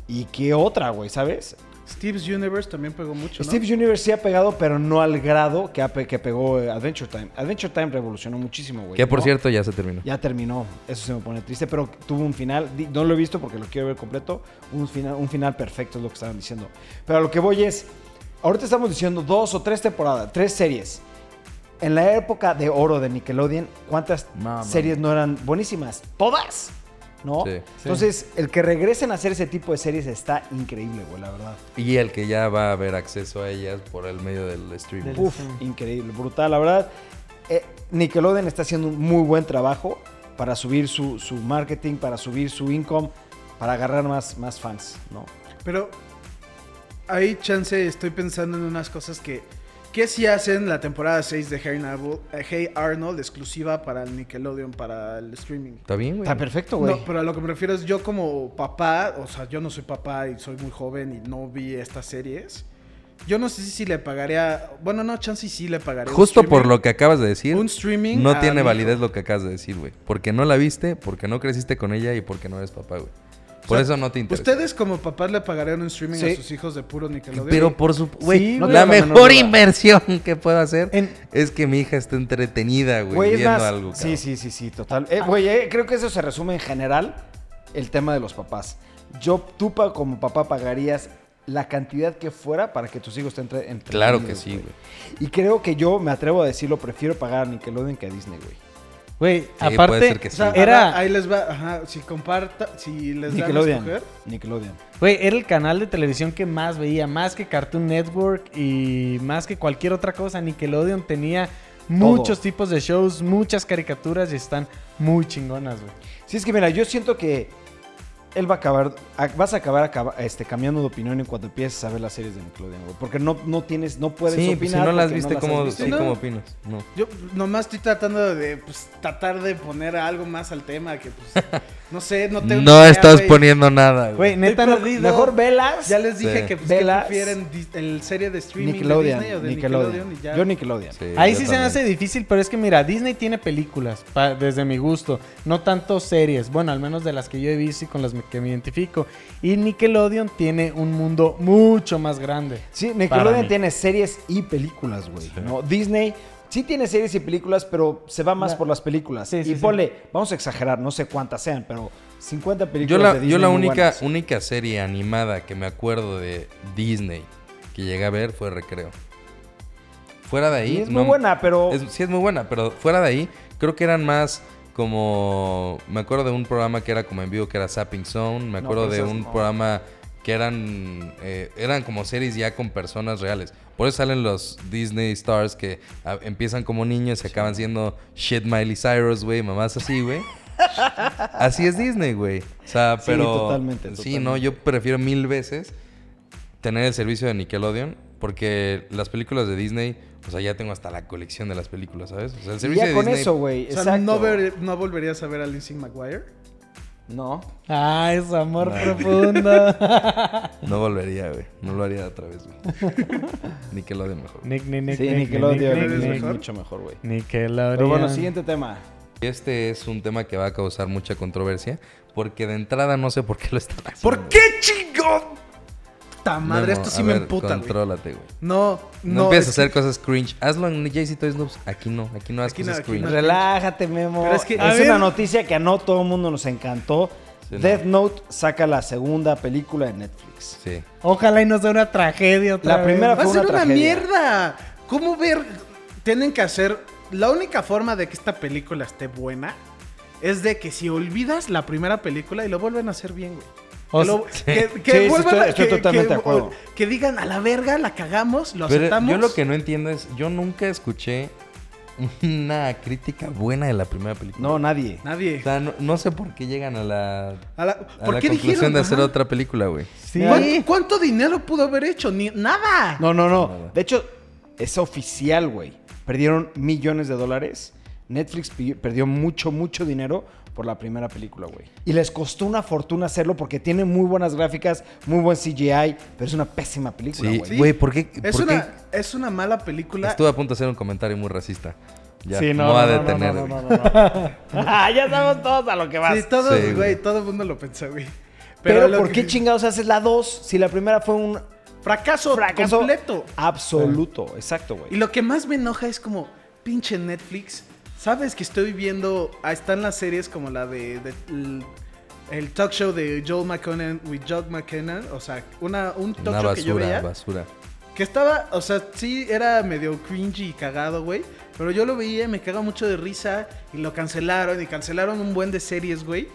Speaker 1: y qué otra, güey, ¿sabes?
Speaker 2: Steve's Universe también pegó mucho, ¿no?
Speaker 1: Steve Universe sí ha pegado, pero no al grado que, ha pe- que pegó eh, Adventure Time. Adventure Time revolucionó muchísimo, güey.
Speaker 4: Que por
Speaker 1: ¿no?
Speaker 4: cierto ya se terminó.
Speaker 1: Ya terminó, eso se me pone triste, pero tuvo un final, di- no lo he visto porque lo quiero ver completo, un final, un final perfecto es lo que estaban diciendo. Pero a lo que voy es, ahorita estamos diciendo dos o tres temporadas, tres series. En la época de oro de Nickelodeon, ¿cuántas
Speaker 4: Mamá.
Speaker 1: series no eran buenísimas? ¿Todas? ¿No?
Speaker 4: Sí. Sí.
Speaker 1: Entonces, el que regresen a hacer ese tipo de series está increíble, güey, la verdad.
Speaker 4: Y el que ya va a haber acceso a ellas por el medio del streaming.
Speaker 3: Del-
Speaker 1: Uf, increíble, brutal, la verdad. eh, Nickelodeon está haciendo un muy buen trabajo para subir su, su marketing, para subir su income, para agarrar más, más fans, ¿no?
Speaker 2: Pero ahí, chance, estoy pensando en unas cosas que... ¿Qué si hacen la temporada 6 de Hey Arnold, eh, Hey Arnold exclusiva para el Nickelodeon, para el streaming?
Speaker 4: Está bien, güey.
Speaker 1: Está perfecto, güey.
Speaker 2: No, pero a lo que me refiero es yo como papá, o sea, yo no soy papá y soy muy joven y no vi estas series. Yo no sé si le pagaría, bueno, no, chance y sí le pagaría. un
Speaker 4: Justo por
Speaker 2: streaming.
Speaker 4: lo que acabas de decir,
Speaker 2: un streaming
Speaker 4: no
Speaker 2: a mi
Speaker 4: tiene
Speaker 2: hijo.
Speaker 4: validez lo que acabas de decir, güey. Porque no la viste, porque no creciste con ella y porque no eres papá, güey. Por
Speaker 2: O sea,
Speaker 4: eso no te interesa.
Speaker 2: Ustedes como papás le pagarían un streaming
Speaker 1: Sí.
Speaker 2: a sus hijos de puro Nickelodeon.
Speaker 4: Pero por su...
Speaker 1: Sí,
Speaker 4: Güey,
Speaker 1: no
Speaker 4: la
Speaker 1: tengo la menor
Speaker 4: mejor
Speaker 1: duda.
Speaker 4: inversión [LAUGHS] que puedo hacer
Speaker 3: En-
Speaker 4: es que mi hija esté entretenida, güey,
Speaker 1: Güey, es
Speaker 4: viendo
Speaker 1: más-
Speaker 4: algo.
Speaker 1: sí, sí, sí, sí, total. Eh, Güey, eh, creo que eso se resume en general el tema de los papás. Yo, tú pa- como papá pagarías la cantidad que fuera para que tus hijos estén entre- entretenidos.
Speaker 4: Claro que sí, güey.
Speaker 1: Y creo que yo me atrevo a decirlo, prefiero pagar a Nickelodeon que a Disney, güey.
Speaker 3: Güey,
Speaker 4: puede
Speaker 3: aparte,
Speaker 4: ser que
Speaker 2: O sea,
Speaker 4: sí.
Speaker 3: era-
Speaker 2: ahora ahí les va, ajá, si comparta, si les dan a
Speaker 1: Nickelodeon.
Speaker 2: escoger.
Speaker 1: Nickelodeon.
Speaker 3: Güey, era el canal de televisión que más veía, más que Cartoon Network y más que cualquier otra cosa. Nickelodeon tenía muchos tipos de shows, muchas caricaturas y están muy chingonas, güey.
Speaker 1: Sí, es que mira, yo siento que él va a acabar, a- vas a acabar acaba- este, cambiando de opinión en cuanto empieces a ver las series de Nickelodeon, güey. Porque no, no tienes, no puedes
Speaker 4: Sí,
Speaker 1: opinar.
Speaker 4: pues, si no las
Speaker 1: porque
Speaker 4: viste,
Speaker 1: has
Speaker 4: ¿cómo,
Speaker 1: visto.
Speaker 4: sí,
Speaker 2: No.
Speaker 4: ¿cómo opinas? No.
Speaker 2: Yo nomás estoy tratando de, pues, tratar de poner algo más al tema que,
Speaker 4: [LAUGHS]
Speaker 2: pues, no sé, no tengo... ni
Speaker 4: No
Speaker 2: idea,
Speaker 4: estás
Speaker 2: güey.
Speaker 4: poniendo nada,
Speaker 3: Güey,
Speaker 4: güey.
Speaker 3: neta, no-
Speaker 2: perdido.
Speaker 3: mejor ve.
Speaker 1: velas.
Speaker 2: Ya les dije
Speaker 4: Sí.
Speaker 2: que, pues,
Speaker 1: Velas.
Speaker 2: que prefieren Dis- el serie de streaming
Speaker 1: Nickelodeon,
Speaker 2: de Disney o de
Speaker 1: Nickelodeon.
Speaker 2: Nickelodeon, y ya.
Speaker 1: Yo Nickelodeon.
Speaker 3: Ahí
Speaker 4: yo
Speaker 3: sí se
Speaker 4: también.
Speaker 3: me hace difícil, pero es que mira, Disney tiene películas, pa- desde mi gusto, no tanto series, bueno, al menos de las que yo he visto y con las me- que me identifico. Y Nickelodeon tiene un mundo mucho más grande.
Speaker 1: Sí,
Speaker 3: Para
Speaker 1: Nickelodeon
Speaker 3: mí.
Speaker 1: tiene series y películas, güey. ¿no? Disney sí tiene series y películas, pero se va más
Speaker 3: La-
Speaker 1: por las películas.
Speaker 3: Sí,
Speaker 1: y
Speaker 3: sí, sí.
Speaker 1: ponle, vamos a exagerar, no sé cuántas sean, pero 50
Speaker 4: Yo
Speaker 1: películas
Speaker 4: la,
Speaker 1: de
Speaker 4: yo
Speaker 1: Disney
Speaker 4: la
Speaker 1: muy
Speaker 4: única,
Speaker 1: buenas.
Speaker 4: única serie animada que me acuerdo de Disney que llegué a ver fue Recreo. Fuera de ahí...
Speaker 1: Y es
Speaker 4: no-
Speaker 1: muy buena, pero...
Speaker 4: es- sí, es muy buena, pero fuera de ahí creo que eran más como me acuerdo de un programa que era como en vivo que era Sapping Zone, me
Speaker 1: No,
Speaker 4: acuerdo
Speaker 1: pero
Speaker 4: de
Speaker 1: esas
Speaker 4: un
Speaker 1: no.
Speaker 4: programa que eran eh, eran como series ya con personas reales. Por eso salen los Disney Stars que ah, empiezan como niños y acaban siendo shit Miley Cyrus, güey, mamás así, güey. Así es Disney, güey. O sea,
Speaker 1: Sí,
Speaker 4: pero
Speaker 1: totalmente,
Speaker 4: Sí, no,
Speaker 1: totalmente.
Speaker 4: yo prefiero mil veces tener el servicio de Nickelodeon porque las películas de Disney, o sea, ya tengo hasta la colección de las películas, ¿sabes? O sea, el servicio
Speaker 1: ya
Speaker 4: de
Speaker 1: con
Speaker 4: Disney
Speaker 1: eso, güey.
Speaker 2: O sea,
Speaker 1: exacto.
Speaker 2: ¿no, ver- no volverías a ver a Lindsay McGuire?
Speaker 1: No.
Speaker 3: Ah, es amor profundo.
Speaker 4: No volvería, güey. No lo haría otra vez, güey.
Speaker 2: [LAUGHS]
Speaker 4: Nickelodeon mejor.
Speaker 3: Nick, Nick, Nick,
Speaker 1: sí,
Speaker 3: Nick,
Speaker 1: Nickelodeon
Speaker 3: Nick, Nick,
Speaker 1: es
Speaker 3: Nick,
Speaker 2: mejor.
Speaker 1: mucho mejor, güey.
Speaker 3: Nickelodeon.
Speaker 1: Pero bueno, siguiente tema.
Speaker 4: Este es un tema que va a causar mucha controversia porque de entrada no sé por qué lo están haciendo.
Speaker 2: ¿Por qué, chingón? Ta
Speaker 4: Memo,
Speaker 2: madre, esto sí
Speaker 4: a
Speaker 2: me
Speaker 4: ver,
Speaker 2: emputa, güey.
Speaker 4: Contrólate, güey.
Speaker 2: No,
Speaker 4: No,
Speaker 2: no.
Speaker 4: empieces a
Speaker 2: es que-
Speaker 4: hacer cosas cringe. Hazlo en JC Toys Noobs. Aquí no, aquí no hagas
Speaker 2: Aquí no,
Speaker 4: cosas
Speaker 2: aquí
Speaker 4: cringe.
Speaker 2: no.
Speaker 1: Relájate, Memo.
Speaker 2: Pero
Speaker 1: es
Speaker 2: es que- a
Speaker 1: una
Speaker 2: ver.
Speaker 1: noticia que a no todo el mundo nos encantó.
Speaker 4: Sí, no.
Speaker 1: Death Note saca la segunda película de Netflix.
Speaker 4: Sí.
Speaker 3: Ojalá y nos dé una tragedia otra
Speaker 1: La
Speaker 3: vez.
Speaker 1: primera-
Speaker 2: Va a
Speaker 1: fue
Speaker 2: ser
Speaker 1: una
Speaker 2: una,
Speaker 1: tragedia.
Speaker 2: mierda. ¿Cómo ver? Tienen que hacer. La única forma de que esta película esté buena es de que si olvidas la primera película y lo vuelven a hacer bien, güey.
Speaker 3: O
Speaker 2: Que lo-
Speaker 4: sea-
Speaker 2: que- que
Speaker 1: Sí, sí,
Speaker 2: vuelvan
Speaker 1: estoy-
Speaker 2: a-
Speaker 1: estoy
Speaker 2: que-
Speaker 1: totalmente
Speaker 2: que-
Speaker 1: de acuerdo.
Speaker 2: Que digan a la verga, la cagamos, lo
Speaker 4: Pero
Speaker 2: aceptamos.
Speaker 4: yo lo que no entiendo es, yo nunca escuché [LAUGHS] una crítica buena de la primera película.
Speaker 1: No, nadie.
Speaker 4: O
Speaker 2: Nadie.
Speaker 4: sea, no, no sé por qué llegan a la, a
Speaker 2: A la- ¿Por
Speaker 4: la
Speaker 2: qué
Speaker 4: conclusión
Speaker 2: dijeron?
Speaker 4: de hacer
Speaker 2: Ajá.
Speaker 4: otra película, güey.
Speaker 3: Sí.
Speaker 2: ¿Cuán- ¿Cuánto, dinero pudo haber hecho? Ni, nada.
Speaker 1: No, no, no. De hecho, es oficial, güey. Perdieron millones de dólares. Netflix pi- perdió mucho, mucho dinero por la primera película, güey. Y les costó una fortuna hacerlo porque tiene muy buenas gráficas, muy buen CGI, pero es una pésima película,
Speaker 4: Sí,
Speaker 1: güey. [LAUGHS]
Speaker 4: güey, ¿por qué?
Speaker 2: es,
Speaker 4: por qué
Speaker 2: una, es una mala película.
Speaker 4: Estuve a punto de hacer un comentario muy racista. Ya,
Speaker 1: Sí,
Speaker 4: me voy
Speaker 1: no,
Speaker 4: a
Speaker 1: no,
Speaker 4: detener.
Speaker 1: no, no, no,
Speaker 4: güey.
Speaker 1: no, no. Ah, ya sabemos todos a lo que vas.
Speaker 2: Sí, todo,
Speaker 4: Sí, güey.
Speaker 2: güey, todo el mundo lo pensó, güey.
Speaker 1: pero
Speaker 2: lo
Speaker 1: ¿por
Speaker 2: que-
Speaker 1: qué chingados haces la 2 si la primera fue un
Speaker 2: Fracaso,
Speaker 1: fracaso
Speaker 2: completo.
Speaker 1: absoluto? Exacto,
Speaker 2: Y
Speaker 1: güey.
Speaker 2: lo que más me enoja es como, pinche Netflix, sabes que estoy viendo, ah, están las series como la de, de- el, el talk show de Joel McKinnon with Joel McKinnon, o sea, una, un talk
Speaker 4: Una
Speaker 2: show que yo
Speaker 4: basura,
Speaker 2: veía,
Speaker 4: basura.
Speaker 2: que estaba, o sea, sí era medio cringy y cagado, güey, pero yo lo veía y me caga mucho de risa y lo cancelaron y cancelaron un buen de series, güey,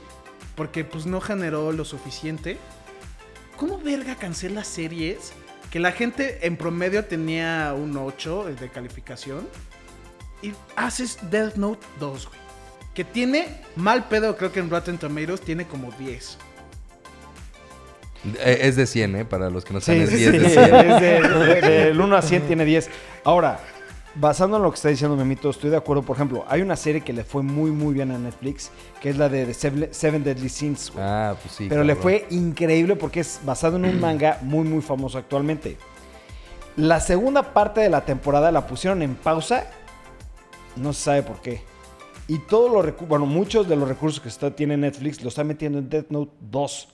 Speaker 2: porque pues no generó lo suficiente. ¿Cómo verga cancelas series que la gente en promedio tenía un 8 de calificación? Y haces Death Note 2, güey. Que tiene mal pedo, creo que en Rotten Tomatoes tiene como 10.
Speaker 4: Eh, Es de 100, ¿eh? Para los que no saben,
Speaker 1: Sí,
Speaker 4: es 10 de
Speaker 1: [LAUGHS] sí,
Speaker 4: 100.
Speaker 1: es de- de- del 1 a 100 tiene 10. Ahora, basando en lo que está diciendo Memito, estoy de acuerdo. Por ejemplo, hay una serie que le fue muy, muy bien a Netflix, que es la de The Seven, Seven Deadly Sins, güey.
Speaker 4: Ah, pues sí.
Speaker 1: Pero le
Speaker 4: cabrón.
Speaker 1: fue increíble porque es basado en un manga muy, muy famoso actualmente. La segunda parte de la temporada la pusieron en pausa. No se sabe por qué. Y todos los recu- bueno, muchos de los recursos que está, tiene Netflix los está metiendo en Death Note 2.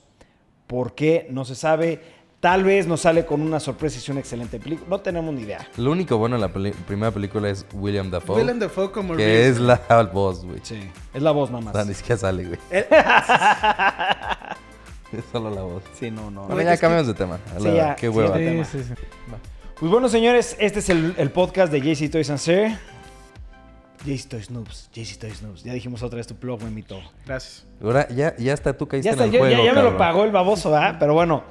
Speaker 1: ¿Por qué? No se sabe. Tal vez nos sale con una sorpresa y sea una excelente película. No tenemos ni idea.
Speaker 4: Lo único bueno en la peli- primera película es William Dafoe.
Speaker 2: Willem Dafoe como
Speaker 4: que
Speaker 2: Reese.
Speaker 4: es la voz, güey.
Speaker 1: Sí. Es la voz nada más.
Speaker 4: O sea, ni siquiera sale, güey.
Speaker 2: Eh.
Speaker 4: es solo la voz.
Speaker 1: Sí, no, no.
Speaker 4: Bueno, ya cambiamos de tema. A la-
Speaker 1: Sí, ya,
Speaker 4: Qué
Speaker 1: sí,
Speaker 4: hueva.
Speaker 1: ya.
Speaker 3: Sí,
Speaker 1: tema.
Speaker 3: sí, sí.
Speaker 1: Pues bueno, señores, este es el, el podcast de JC Toys and Sir. JC Toys Noobs, JC Toys Noobs. Ya dijimos otra vez tu plug, memito.
Speaker 2: Gracias.
Speaker 4: Ahora ya, ya hasta tú caíste
Speaker 1: Ya, está,
Speaker 4: en el
Speaker 1: yo- ya-
Speaker 4: juego,
Speaker 1: ya me lo
Speaker 4: cabrón.
Speaker 1: pagó el baboso, ¿verdad? Pero bueno.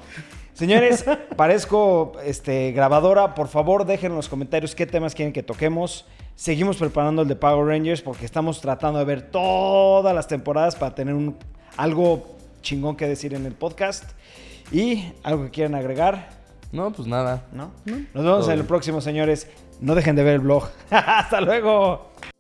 Speaker 1: Señores,
Speaker 4: [LAUGHS]
Speaker 1: parezco este, grabadora. Por favor, dejen en los comentarios qué temas quieren que toquemos. Seguimos preparando el de Power Rangers porque estamos tratando de ver todas las temporadas para tener un, algo chingón que decir en el podcast. Y algo que quieran agregar.
Speaker 4: No, pues nada.
Speaker 1: ¿no? Nos vemos en el próximo, señores. No dejen de ver el blog. [LAUGHS] Hasta luego.